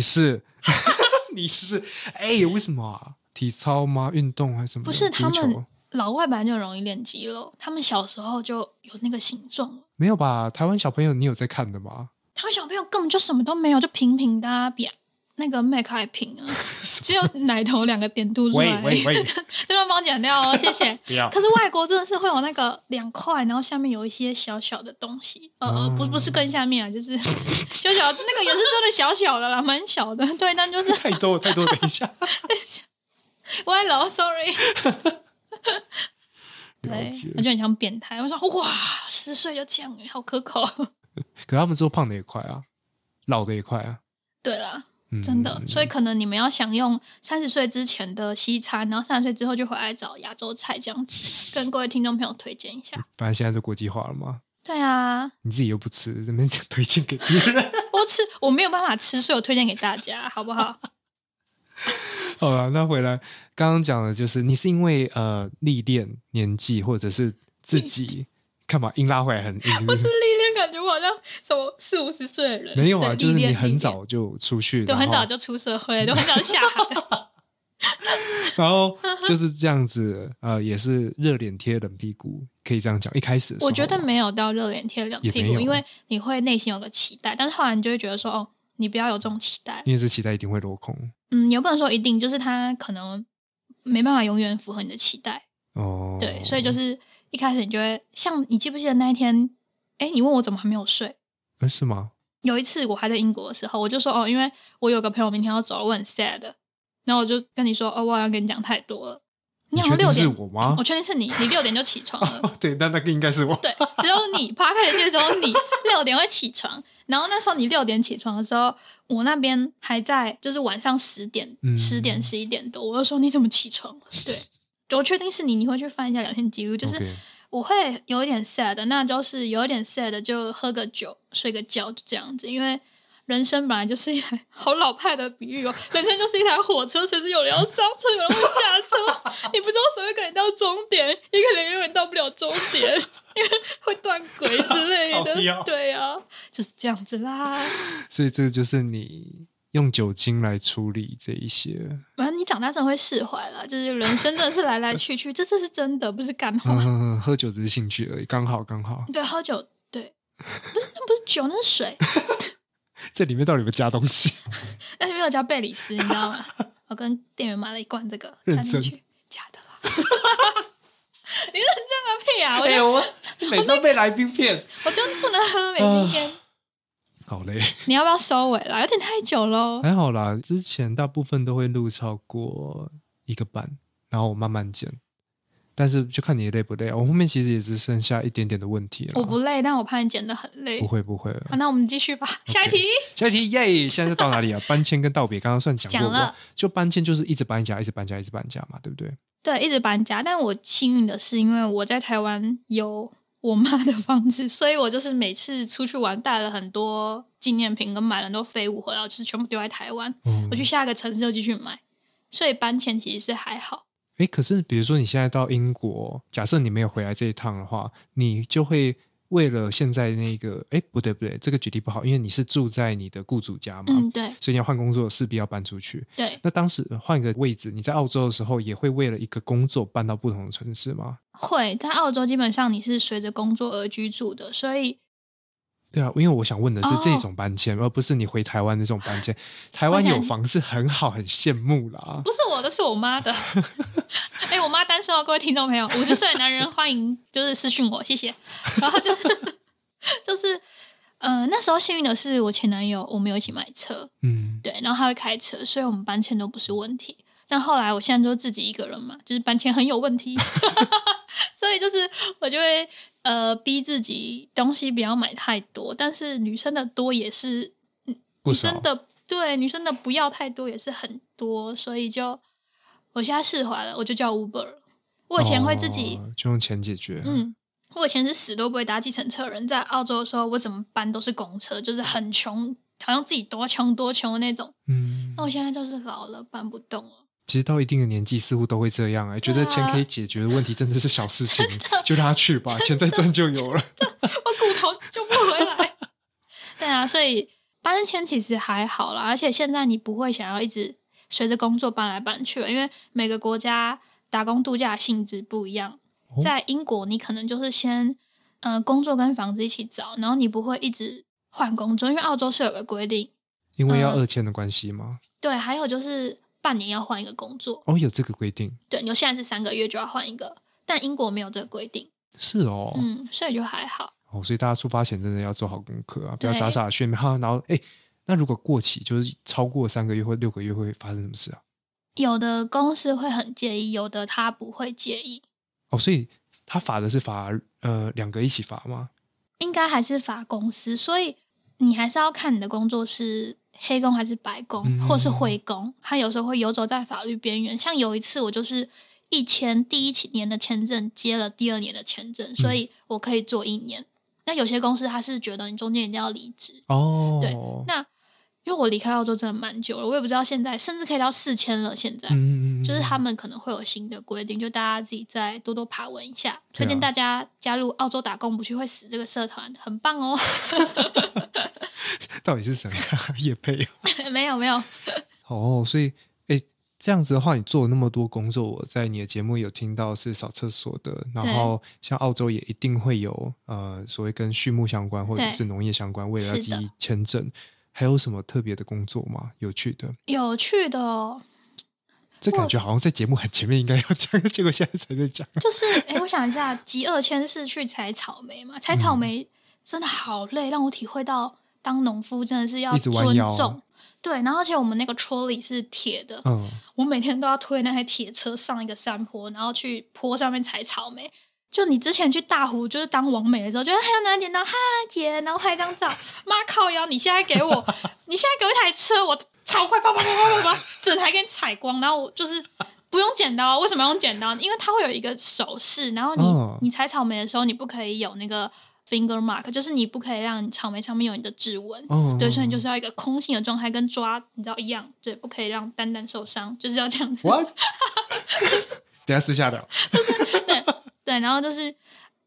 Speaker 2: 是 你是哎、为什么啊？体操吗？运动还是什么的？
Speaker 1: 不是他
Speaker 2: 足
Speaker 1: 们
Speaker 2: 球
Speaker 1: 老外本来就容易练肌肉，他们小时候就有那个形状了。
Speaker 2: 没有吧？台湾小朋友，你有在看的吗？
Speaker 1: 台湾小朋友根本就什么都没有，就平平的、啊，比那个 Mac 还平 啊，只有奶头两个点凸出来。
Speaker 2: 喂，
Speaker 1: 这边帮我剪掉哦，谢 谢。
Speaker 3: 不要
Speaker 1: 可是外国真的是会有那个两块，然后下面有一些小小的东西，呃呃，不
Speaker 2: 哦
Speaker 1: 不是更下面啊，就是 小小那个也是真的小小的啦，蛮小的。对，但就是
Speaker 2: 太多太多，等一下。
Speaker 1: 歪楼，sorry。 对
Speaker 2: 解，
Speaker 1: 我就很像变态。我说哇，十岁就这样欸，好可口。
Speaker 2: 可他们之后胖的也快啊，老的也快啊，
Speaker 1: 对啦，
Speaker 2: 嗯，
Speaker 1: 真的，所以
Speaker 2: 以
Speaker 1: 可能你们要享用三十岁之前的西餐，然后三十岁之后就回来找亚洲菜这样子，跟各位听众朋友推荐一下。
Speaker 2: 反正现在都国际化了嘛，
Speaker 1: 对啊，
Speaker 2: 你自己又不吃，那边推荐给别人。
Speaker 1: 我吃我没有办法吃，所以我推荐给大家，好不 好？
Speaker 2: 好了，那回来刚刚讲的就是，你是因为呃历练、年纪，或者是自己干嘛硬拉回来很 硬？
Speaker 1: 不是历练，感觉我好像什么四五十岁的人，
Speaker 2: 没有啊，
Speaker 1: 对
Speaker 2: 就是
Speaker 1: 历
Speaker 2: 你
Speaker 1: 练历
Speaker 2: 很
Speaker 1: 练
Speaker 2: 早就出去，
Speaker 1: 对，
Speaker 2: 然
Speaker 1: 很早
Speaker 2: 后
Speaker 1: 就出社会，都很早就下 海了。
Speaker 2: 然后就是这样子，呃，也是热脸贴冷屁股，可以这样讲。一开始的时候
Speaker 1: 我觉得
Speaker 2: 嘛
Speaker 1: 没有到热脸贴冷
Speaker 2: 也
Speaker 1: 屁
Speaker 2: 没
Speaker 1: 股，
Speaker 2: 有啊
Speaker 1: 因为你会内心有个期待，但是后来你就会觉得说，哦，你不要有这种期待。
Speaker 2: 因为这期待一定会落空
Speaker 1: 嗯，也不能说一定，就是他可能没办法永远符合你的期待。
Speaker 2: 哦。
Speaker 1: 对，所以就是一开始你就会像你记不记得那一天？哎，你问我怎么还没有睡？
Speaker 2: 呃是吗？
Speaker 1: 有一次我还在英国的时候，我就说哦，因为我有个朋友明天要走了，我很 sad。然后我就跟你说哦，我好像跟你讲太多了。你好
Speaker 2: 确
Speaker 1: 像
Speaker 2: 定
Speaker 1: 六
Speaker 2: 是
Speaker 1: 点，
Speaker 2: 我吗
Speaker 1: 我？确定是你，你六点就起床 了。
Speaker 2: 哦，对，那那个应该是我。
Speaker 1: 对，只有你趴开始就只有你六点会起床，然后那时候你六点起床的时候，我那边还在就是晚上十点、
Speaker 2: 嗯
Speaker 1: 十、点、十一点多，我就说你怎么起床了？对，我确定是你，你会去翻一下聊天记录，就是
Speaker 2: OK
Speaker 1: 我会有一点 sad，那就是有一点 sad，就喝个酒、睡个觉，就这样子，因为。人生本来就是一台好老派的比喻哦，人生就是一台火车，随时有人要上车，有人会下车，你不知道谁会跟你到终点，也可能永远到不了终点，因为会断轨之类
Speaker 2: 好
Speaker 1: 的。
Speaker 2: 呀
Speaker 1: 对啊，就是这样子啦。
Speaker 2: 所以这就是你用酒精来处理这一些。
Speaker 1: 反正你长大之后会释怀啦，就是人生真的是来来去去，这这是真的，不是干话。
Speaker 2: 嗯，喝酒只是兴趣而已，刚好刚好。
Speaker 1: 对，喝酒，对，不是那不是酒，那是水。
Speaker 2: 这里面到底有没有加 东西？
Speaker 1: 但是没有加贝里斯，你知道吗？我跟店员买了一罐这个，
Speaker 2: 认
Speaker 1: 加进
Speaker 2: 真
Speaker 1: 去，假的啦。 你认真个屁啊！我就、
Speaker 2: 我 每次都被来宾骗，
Speaker 1: 我就不能喝每
Speaker 2: 啊
Speaker 1: 一天。
Speaker 2: 好 嘞，
Speaker 1: 你要不要收尾啦？有点太久喽。
Speaker 2: 还好啦。之前大部分都会录超过一个半，然后我慢慢剪，但是就看你累不累啊。我后面其实也只剩下一点点的问题了。
Speaker 1: 我不累，但我怕你剪得很累。
Speaker 2: 不会不会，
Speaker 1: 好，那我们继续吧。 下一题，
Speaker 2: 下一题耶！现在是到哪里啊？搬迁跟道别，刚刚算讲过
Speaker 1: 讲
Speaker 2: 不过
Speaker 1: 了
Speaker 2: 就搬迁就是一直搬家，一直搬家，一直搬家嘛，对不对？
Speaker 1: 对，一直搬家，但我幸运的是，因为我在台湾有我妈的房子，所以我就是每次出去玩带了很多纪念品，跟买了很多废物回来，我就是全部丢在台湾。
Speaker 2: 嗯
Speaker 1: 我去下一个城市又继续买，所以搬迁其实是还好。
Speaker 2: 诶，可是比如说你现在到英国，假设你没有回来这一趟的话，你就会为了现在那个，诶，不对不对，这个举例不好，因为你是住在你的雇主家嘛，
Speaker 1: 嗯，对
Speaker 2: 所以你要换工作，势必要搬出去。
Speaker 1: 对，
Speaker 2: 那当时换一个位置，你在澳洲的时候，也会为了一个工作搬到不同的城市吗？
Speaker 1: 会在澳洲基本上你是随着工作而居住的，所以
Speaker 2: 对啊，因为我想问的是
Speaker 1: 哦
Speaker 2: 这种搬迁，而不是你回台湾的这种搬迁。台湾有房是很好，很羡慕啦。
Speaker 1: 不是我的，是我妈的。哎、我妈单身哦，各位听众朋友，五十岁的男人欢迎就是私讯我，谢谢。然后就 就是呃，那时候幸运的是我前男友，我们有一起买车，
Speaker 2: 嗯，
Speaker 1: 对，然后他会开车，所以我们搬迁都不是问题。但后来我现在就自己一个人嘛，就是搬迁很有问题， 所以就是我就会呃逼自己东西不要买太多，但是女生的多也是嗯
Speaker 2: 不
Speaker 1: 女
Speaker 2: 少
Speaker 1: 生的对女生的不要太多也是很多，所以就我现在释怀了，我就叫 Uber 了。我以前会自己、
Speaker 2: 哦就用钱解决。
Speaker 1: 嗯，我以前是死都不会搭计程车的人，在澳洲的时候，我怎么搬都是公车，就是很穷，好像自己多穷多穷的那种。
Speaker 2: 嗯
Speaker 1: 那我现在就是老了，搬不动了。
Speaker 2: 其实到一定的年纪，似乎都会这样哎、觉
Speaker 1: 啊
Speaker 2: 得钱可以解决的问题真的是小事情，就让他去吧，钱再赚就有了。
Speaker 1: 我骨头就不回来。 对啊，所以搬迁其实还好啦，而且现在你不会想要一直随着工作搬来搬去了，因为每个国家打工度假的性质不一样
Speaker 2: 哦。
Speaker 1: 在英国，你可能就是先呃工作跟房子一起找，然后你不会一直换工作，因为澳洲是有个规定，
Speaker 2: 因为要
Speaker 1: 嗯
Speaker 2: 二签的关系吗？
Speaker 1: 对，还有就是半年要换一个工作，
Speaker 2: 哦，有这个规定，
Speaker 1: 对，你现在是三个月就要换一个，但英国没有这个规定，
Speaker 2: 是哦。
Speaker 1: 嗯，所以就还好。
Speaker 2: 哦，所以大家出发前真的要做好功课啊，不要
Speaker 1: 对
Speaker 2: 傻傻地去那边哈。然后，哎、那如果过期，就是超过三个月或六个月，会发生什么事啊？
Speaker 1: 有的公司会很介意，有的他不会介意。
Speaker 2: 哦，所以他罚的是罚呃两个一起罚吗？
Speaker 1: 应该还是罚公司，所以你还是要看你的工作是黑工还是白工，
Speaker 2: 嗯
Speaker 1: 或是灰工，它有时候会游走在法律边缘。像有一次，我就是一签第一年的签证接了第二年的签证，所以我可以做一年。那有些公司他是觉得你中间一定要离职，对
Speaker 2: 哦，
Speaker 1: 那因为我离开澳洲真的蛮久了，我也不知道现在甚至可以到四千了，现在。
Speaker 2: 嗯
Speaker 1: 就是他们可能会有新的规定，就大家自己再多多爬文一下。
Speaker 2: 对啊
Speaker 1: 推荐大家加入澳洲打工不去会死这个社团，很棒哦。
Speaker 2: 到底是什么 也配
Speaker 1: 没有没有，
Speaker 2: 哦，所以诶，这样子的话，你做了那么多工作，我在你的节目有听到是扫厕所的，然
Speaker 1: 对
Speaker 2: 后像澳洲也一定会有呃所谓跟畜牧相关或者
Speaker 1: 对
Speaker 2: 是农业相关，为了要
Speaker 1: 是
Speaker 2: 记
Speaker 1: 的
Speaker 2: 签证，还有什么特别的工作吗？有趣的，
Speaker 1: 有趣的哦，
Speaker 2: 这感
Speaker 1: 我
Speaker 2: 觉好像在节目很前面应该要讲， 结果现在才在讲。
Speaker 1: 就是哎、诶我想一下，极二千是去采草莓嘛？采
Speaker 2: 嗯
Speaker 1: 草莓真的好累，让我体会到当农夫真的是要
Speaker 2: 一直弯
Speaker 1: 尊
Speaker 2: 腰啊
Speaker 1: 重。对，然后而且我们那个 trolley 是铁的，
Speaker 2: 嗯，
Speaker 1: 我每天都要推那台铁车上一个山坡，然后去坡上面采草莓。就你之前去大湖，就是当王美的时候，觉得很难捡到，哈姐，然后拍张照，妈靠腰！你现在给我，你现在给我一台车，我超快，啪啪啪啪啪啪，整台给你采光。然后我就是不用剪刀，为什么要用剪刀？因为它会有一个手势，然后你、
Speaker 2: 哦
Speaker 1: 你采草莓的时候，你不可以有那个 finger mark，就是你不可以让草莓上面有你的指纹。
Speaker 2: 哦，
Speaker 1: 对，所以你就是要一个空性的状态，跟抓你知道一样，对，不可以让丹丹受伤，就是要这样子。
Speaker 2: what？等一下私下聊。
Speaker 1: 对，然后就是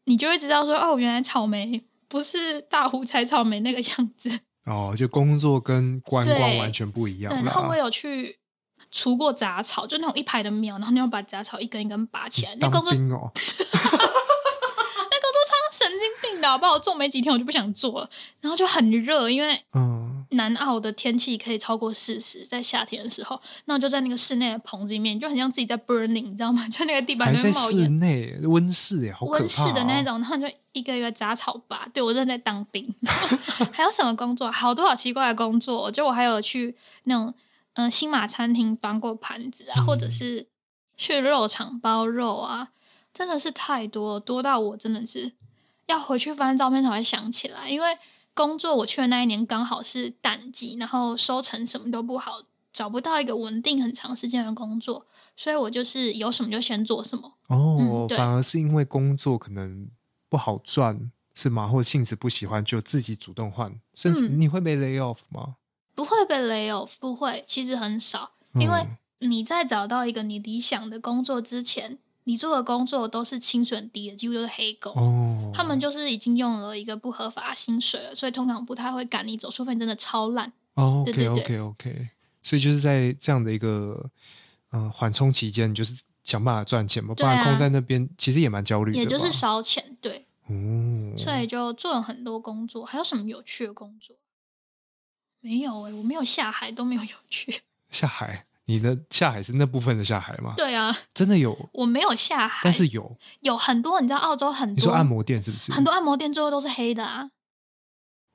Speaker 1: 你就会知道说，哦，原来草莓不是大湖采草莓那个样子。
Speaker 2: 哦，就工作跟观光
Speaker 1: 对
Speaker 2: 完全不一
Speaker 1: 对，
Speaker 2: 样
Speaker 1: 然
Speaker 2: 啦。
Speaker 1: 后我有去除过杂草，就那种一排的苗，然后你要把杂草一根一根拔起来，那
Speaker 2: 当
Speaker 1: 工作那工
Speaker 2: 兵哦，
Speaker 1: 作啊超神经病的，好不好？我做没几天我就不想做了，然后就很热，因为
Speaker 2: 嗯，
Speaker 1: 南澳的天气可以超过四十，在夏天的时候，那我就在那个室内的棚子里面，就很像自己在 burning，你知道吗？ 就那个地板
Speaker 2: 还
Speaker 1: 那
Speaker 2: 在
Speaker 1: 边冒
Speaker 2: 室
Speaker 1: 烟，
Speaker 2: 内温室耶，好可怕、哦。
Speaker 1: 温室的那种，然后你就一个一个杂草拔。对我正在当兵， 还有什么工作？好多好奇怪的工作哦，就我还有去那种嗯、呃新马餐厅端过盘子啊，
Speaker 2: 嗯
Speaker 1: 或者是去肉场包肉啊，真的是太多多到我真的是要回去翻照片才会想起来，因为工作我去的那一年刚好是淡季，然后收成什么都不好。找不到一个稳定很长时间的工作，所以我就是有什么就先做什么。
Speaker 2: 哦
Speaker 1: 嗯，对
Speaker 2: 反而是因为工作可能不好赚，是吗？或者性质不喜欢，就自己主动换，甚至
Speaker 1: 嗯
Speaker 2: 你会被 lay off 吗？
Speaker 1: 不会被 lay off，不会，其实很少，因为
Speaker 2: 嗯
Speaker 1: 你在找到一个你理想的工作之前，你做的工作都是薪水很低的，几乎都是黑工。
Speaker 2: 哦，
Speaker 1: 他们就是已经用了一个不合法的薪水了，所以通常不太会赶你走，除非你真的超烂。
Speaker 2: 哦
Speaker 1: 对
Speaker 2: ，OK
Speaker 1: 对
Speaker 2: OK OK，所以就是在这样的一个嗯缓冲期间，你就是想办法赚钱嘛，不
Speaker 1: 对啊
Speaker 2: 然空在那边其实也蛮焦虑的吧，
Speaker 1: 也就是烧钱，对，
Speaker 2: 哦，
Speaker 1: 所以就做了很多工作。还有什么有趣的工作？没有欸诶、我没有下海，都没有有 趣。
Speaker 2: 下海，你的下海是那部分的下海吗？
Speaker 1: 对啊，
Speaker 2: 真的有，
Speaker 1: 我没有下海，
Speaker 2: 但是有，
Speaker 1: 有很多，你知道澳洲很多
Speaker 2: 你说按摩店是不是？
Speaker 1: 很多按摩店最后都是黑的啊。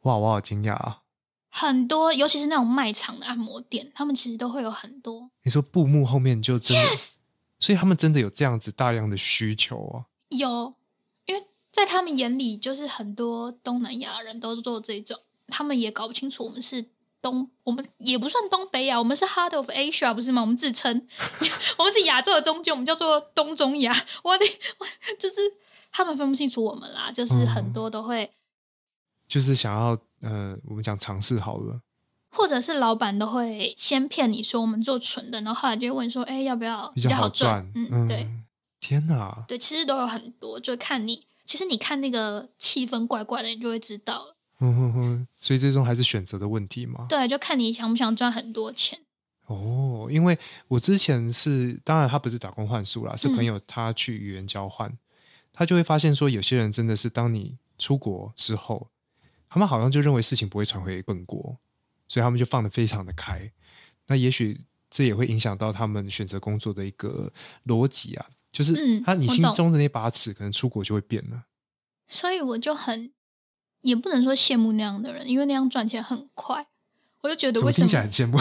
Speaker 2: 哇，我好惊讶啊！
Speaker 1: 很多，尤其是那种卖场的按摩店，他们其实都会有很多。
Speaker 2: 你说布幕后面就真的
Speaker 1: Yes，
Speaker 2: 所以他们真的有这样子大量的需求啊。
Speaker 1: 有，因为在他们眼里，就是很多东南亚人都是做这种，他们也搞不清楚我们是东，我们也不算东北亚，我们是 Heart of Asia 不是吗？我们自称 我们是亚洲的中间，我们叫做东中亚。我的，我就是他们分不清楚我们啦，
Speaker 2: 嗯
Speaker 1: 就是很多都会，
Speaker 2: 就是想要呃，我们讲尝试好了，
Speaker 1: 或者是老板都会先骗你说我们做纯的，然后后来就会问说，哎、要不要
Speaker 2: 比较好赚。
Speaker 1: 嗯，对。。
Speaker 2: 天哪，
Speaker 1: 对，其实都有很多，就看你。其实你看那个气氛怪怪的，你就会知道了。
Speaker 2: 嗯哼哼，所以最终还是选择的问题嘛。
Speaker 1: 对，就看你想不想赚很多钱。
Speaker 2: 哦，因为我之前是，当然他不是打工换宿啦，是
Speaker 1: 嗯
Speaker 2: 朋友他去语言交换，他就会发现说，有些人真的是当你出国之后，他们好像就认为事情不会传回本国，所以他们就放得非常的开。那也许这也会影响到他们选择工作的一个逻辑啊，就是
Speaker 1: 嗯
Speaker 2: 他你
Speaker 1: 我
Speaker 2: 心
Speaker 1: 懂
Speaker 2: 中的那把尺，可能出国就会变了。
Speaker 1: 所以我就很，也不能说羡慕那样的人，因为那样赚钱很快。我就觉得为
Speaker 2: 怎么
Speaker 1: 什么？
Speaker 2: 听起来很羡慕？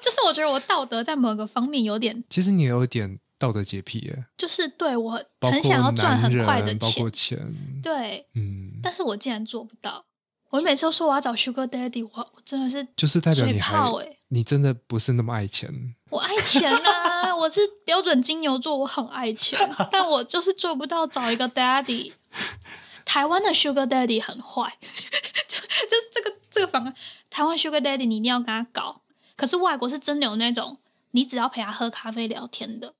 Speaker 1: 就是我觉得我道德在某个方面有点
Speaker 2: 其实你有一点道德洁癖耶，
Speaker 1: 就是对我
Speaker 2: 包
Speaker 1: 很
Speaker 2: 括
Speaker 1: 想要赚
Speaker 2: 男
Speaker 1: 很快的
Speaker 2: 人包
Speaker 1: 钱
Speaker 2: 括，钱，
Speaker 1: 对，
Speaker 2: 嗯，
Speaker 1: 但是我竟然做不到。我每次都说我要找 Sugar Daddy，我我真的是
Speaker 2: 就是代表
Speaker 1: 嘴
Speaker 2: 你还
Speaker 1: 炮欸
Speaker 2: 你真的不是那么爱钱，
Speaker 1: 我爱钱啊， 我是标准金牛座，我很爱 钱，但我就是做不到找一个 daddy。台湾的 Sugar Daddy 很坏， 就就是这个这个反而台湾 Sugar Daddy 你一定要跟他搞。可是外国是真的有那种，你只要陪他喝咖啡聊天的。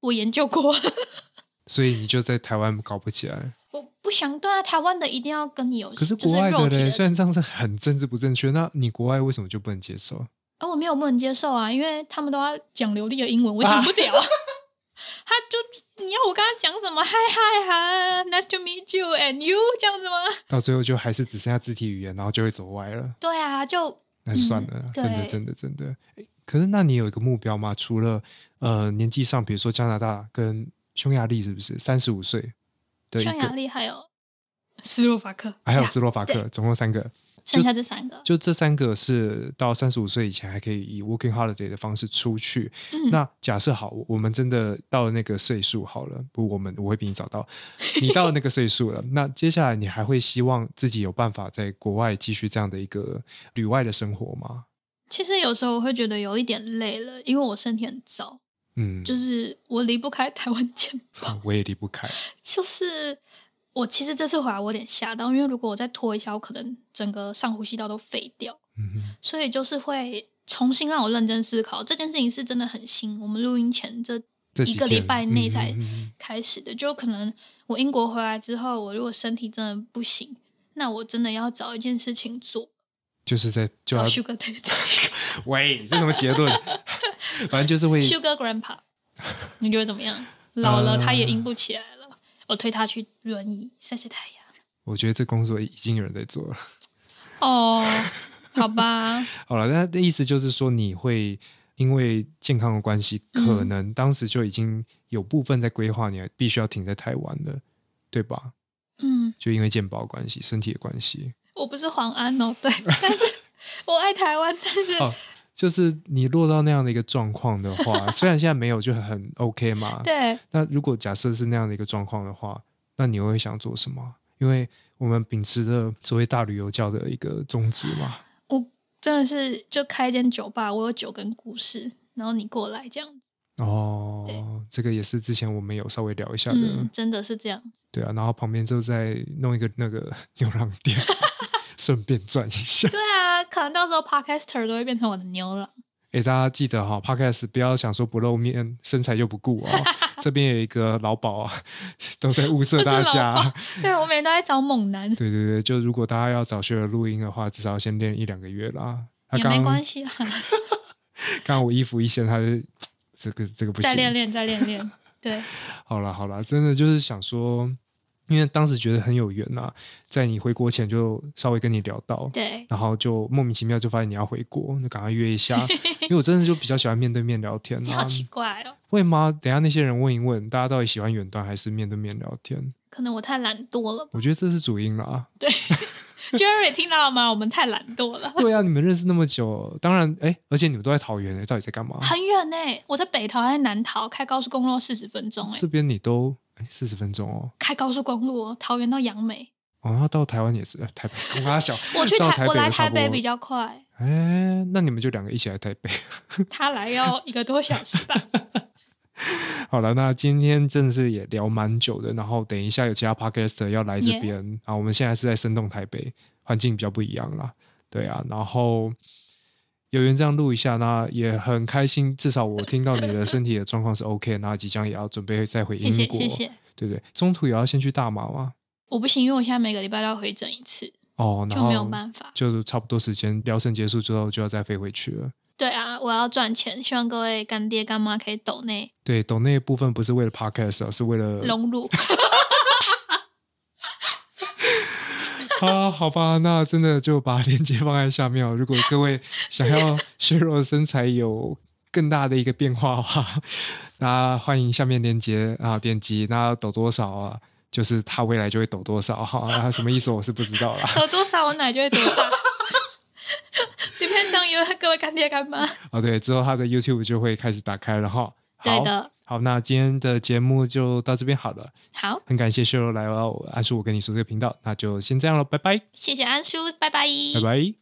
Speaker 1: 我研究过，
Speaker 2: 所以你就在台湾搞不起来。
Speaker 1: 我不想对啊，台湾的一定要跟你有，
Speaker 2: 可是
Speaker 1: 就
Speaker 2: 国外
Speaker 1: 肉
Speaker 2: 的
Speaker 1: 体
Speaker 2: 嘞，
Speaker 1: 的
Speaker 2: 虽然这样是很政治不正确，那你国外为什么就不能接受？
Speaker 1: 而哦我没有不能接受啊，因为他们都要讲流利的英文，我
Speaker 2: 啊
Speaker 1: 讲不了。 他就你要我跟他讲什么？嗨嗨嗨，Nice to meet you and you 这样子吗？
Speaker 2: 到最后就还是只剩下肢体语言，然后就会走歪了，
Speaker 1: 对啊，就
Speaker 2: 那就算了，
Speaker 1: 嗯
Speaker 2: 真的
Speaker 1: 对
Speaker 2: 真的真的。诶可是那你有一个目标吗？除了呃年纪上，比如说加拿大跟匈牙利是不是三十五岁的一
Speaker 1: 匈牙
Speaker 2: 个，
Speaker 1: 利还有斯洛伐克，
Speaker 2: 还有
Speaker 1: 呀
Speaker 2: 斯洛伐克，总共三个。
Speaker 1: 剩下这三个。
Speaker 2: 就这三个是到三十五岁以前还可以以 working holiday 的方式出去。
Speaker 1: 嗯
Speaker 2: 那假设好，我们真的到了那个岁数好了，不，我们我会比你早到。你到了那个岁数了，那接下来你还会希望自己有办法在国外继续这样的一个旅外的生活吗？
Speaker 1: 其实有时候我会觉得有一点累了，因为我身体很糟，
Speaker 2: 嗯，啊
Speaker 1: 就是我离不开台湾健保。
Speaker 2: 我也离不开。
Speaker 1: 就是我其实这次回来我有点吓到，因为如果我再拖一下，我可能整个上呼吸道都废掉。
Speaker 2: 嗯哼，
Speaker 1: 所以就是会重新让我认真思考这件事情是真的很新。我们录音前这
Speaker 2: 这
Speaker 1: 一
Speaker 2: 几
Speaker 1: 个礼
Speaker 2: 天
Speaker 1: 拜内才
Speaker 2: 嗯嗯嗯嗯
Speaker 1: 开始的，就可能我英国回来之后，我如果身体真的不行，那我真的要找一件事情做，
Speaker 2: 就是在就
Speaker 1: 找
Speaker 2: 要
Speaker 1: Sugar Daddy、
Speaker 2: 喂，这什么结论？ 反 正就是会
Speaker 1: Sugar Grandpa，你觉得怎么样？老了他也硬不起来了，我推他去轮椅晒晒太阳。
Speaker 2: 我觉得这工作已经有人在做了。
Speaker 1: 哦，好 吧，
Speaker 2: 好了，那的意思就是说，你会因为健康的关系，
Speaker 1: 嗯
Speaker 2: 可能当时就已经有部分在规划，你必须要停在台湾了，对吧？
Speaker 1: 嗯。
Speaker 2: 就因为健保关系、身体的关系，
Speaker 1: 我不是黄安哦，对，但是 我爱台湾，但是、
Speaker 2: 哦就是你落到那样的一个状况的 话，虽然现在没有，就很 OK 嘛。
Speaker 1: 对，
Speaker 2: 那如果假设是那样的一个状况的话，那你会想做什么？因为我们秉持着所谓大旅游教的一个宗旨嘛，
Speaker 1: 我真的是就开一间酒吧，我有酒跟故事，然后你过来这样子，对
Speaker 2: 哦，这个也是之前我们有稍微聊一下的，
Speaker 1: 嗯，真的是这样子，
Speaker 2: 对啊，然后旁边就再弄一个那个 牛郎店，顺便赚一下。
Speaker 1: 对啊，可能到时候 podcaster 都会变成我的牛郎，
Speaker 2: 哎，大家记得哈、p o d c a s t 不要想说不露面，身材就不顾哦。这边有一个老鸨啊， 都在物色
Speaker 1: 不是
Speaker 2: 大
Speaker 1: 老
Speaker 2: 家。
Speaker 1: 对我每天都在找猛男，
Speaker 2: 对对对，就如果大家要找学友录音的话，至少要先练一两个月啦。他
Speaker 1: 也
Speaker 2: 刚
Speaker 1: 没
Speaker 2: 刚
Speaker 1: 关系 啦，
Speaker 2: 刚我衣服一掀，他就这个这个不行。
Speaker 1: 再练练，再练 练，对，
Speaker 2: 好啦好啦，真的就是想说，因为当时觉得很有缘呐、啊在你回国前就稍微跟你聊到，
Speaker 1: 对，
Speaker 2: 然后就莫名其妙就发现你要回国，那赶快约 一下，因为我真的就比较喜欢面对面聊天
Speaker 1: 你好
Speaker 2: 啊。
Speaker 1: 奇怪哦，
Speaker 2: 会吗？等一下那些人问一问，大家到底喜欢远端还是面对面聊天？
Speaker 1: 可能我太懒惰了吧
Speaker 2: 我觉得这是主因啦。
Speaker 1: ，Jerry 听到了吗？我们太懒惰了，
Speaker 2: 对啊，你们认识那么久，当然，哎，而且你们都在桃园诶，到底在干嘛？
Speaker 1: 很远呢、我在北桃，还在南桃，开高速公路四十分钟哎、
Speaker 2: 这边你都四十分钟哦，
Speaker 1: 开高速公路哦，桃园到阳美，，
Speaker 2: 哦，然后到台湾也是，呃台北，我跟他小
Speaker 1: 我去
Speaker 2: 到
Speaker 1: 台，
Speaker 2: 北
Speaker 1: 我来
Speaker 2: 也差
Speaker 1: 台
Speaker 2: 不多
Speaker 1: 北比较快。
Speaker 2: 哎，那你们就两个一起来台北。
Speaker 1: 他来要一个多小时 吧。
Speaker 2: 好了，那今天真的是也聊蛮久的，然后等一下有其他 podcaster 要来这边啊，我们现在是在生动台北，环境比较不一样啦，对啊，然后有缘这样录一下，那也很开心，至少我听到你的身体的状况是 OK，那 即将也要准备再回英
Speaker 1: 谢
Speaker 2: 国，
Speaker 1: 谢谢谢，
Speaker 2: 对不对？中途也要先去大马嘛，
Speaker 1: 我不行，因为我现在每个礼拜都要回诊一次，
Speaker 2: 哦，然
Speaker 1: 就
Speaker 2: 后
Speaker 1: 没有办法。
Speaker 2: 就是差不多时间疗程结束之后就要再飞回去了。
Speaker 1: 对啊，我要赚钱，希望各位干爹干妈可以抖内
Speaker 2: 对，懂那部分不是为了 podcast，、啊、是为了
Speaker 1: 融入。
Speaker 2: 啊， 好吧，那真的就把链接放在下面哦。如果各位想要 削弱身材有更大的一个变化的话， 那欢迎下面链接啊点击。那抖多少啊？就是他未来就会抖多少哈、 啊？什么意思我是不知道啦。
Speaker 1: 抖多少，我奶就会多大。 影片上有各位干爹干妈，
Speaker 2: 哦，对，之后他的 YouTube 就会开始打开了哈。
Speaker 1: 对
Speaker 2: 好，
Speaker 1: 的，
Speaker 2: 好，那今天的节目就到这边好了，
Speaker 1: 好，
Speaker 2: 很感谢修罗来到我安叔，我跟你说这个频道，那就先这样了，拜拜，
Speaker 1: 谢谢安叔，拜拜，
Speaker 2: 拜拜。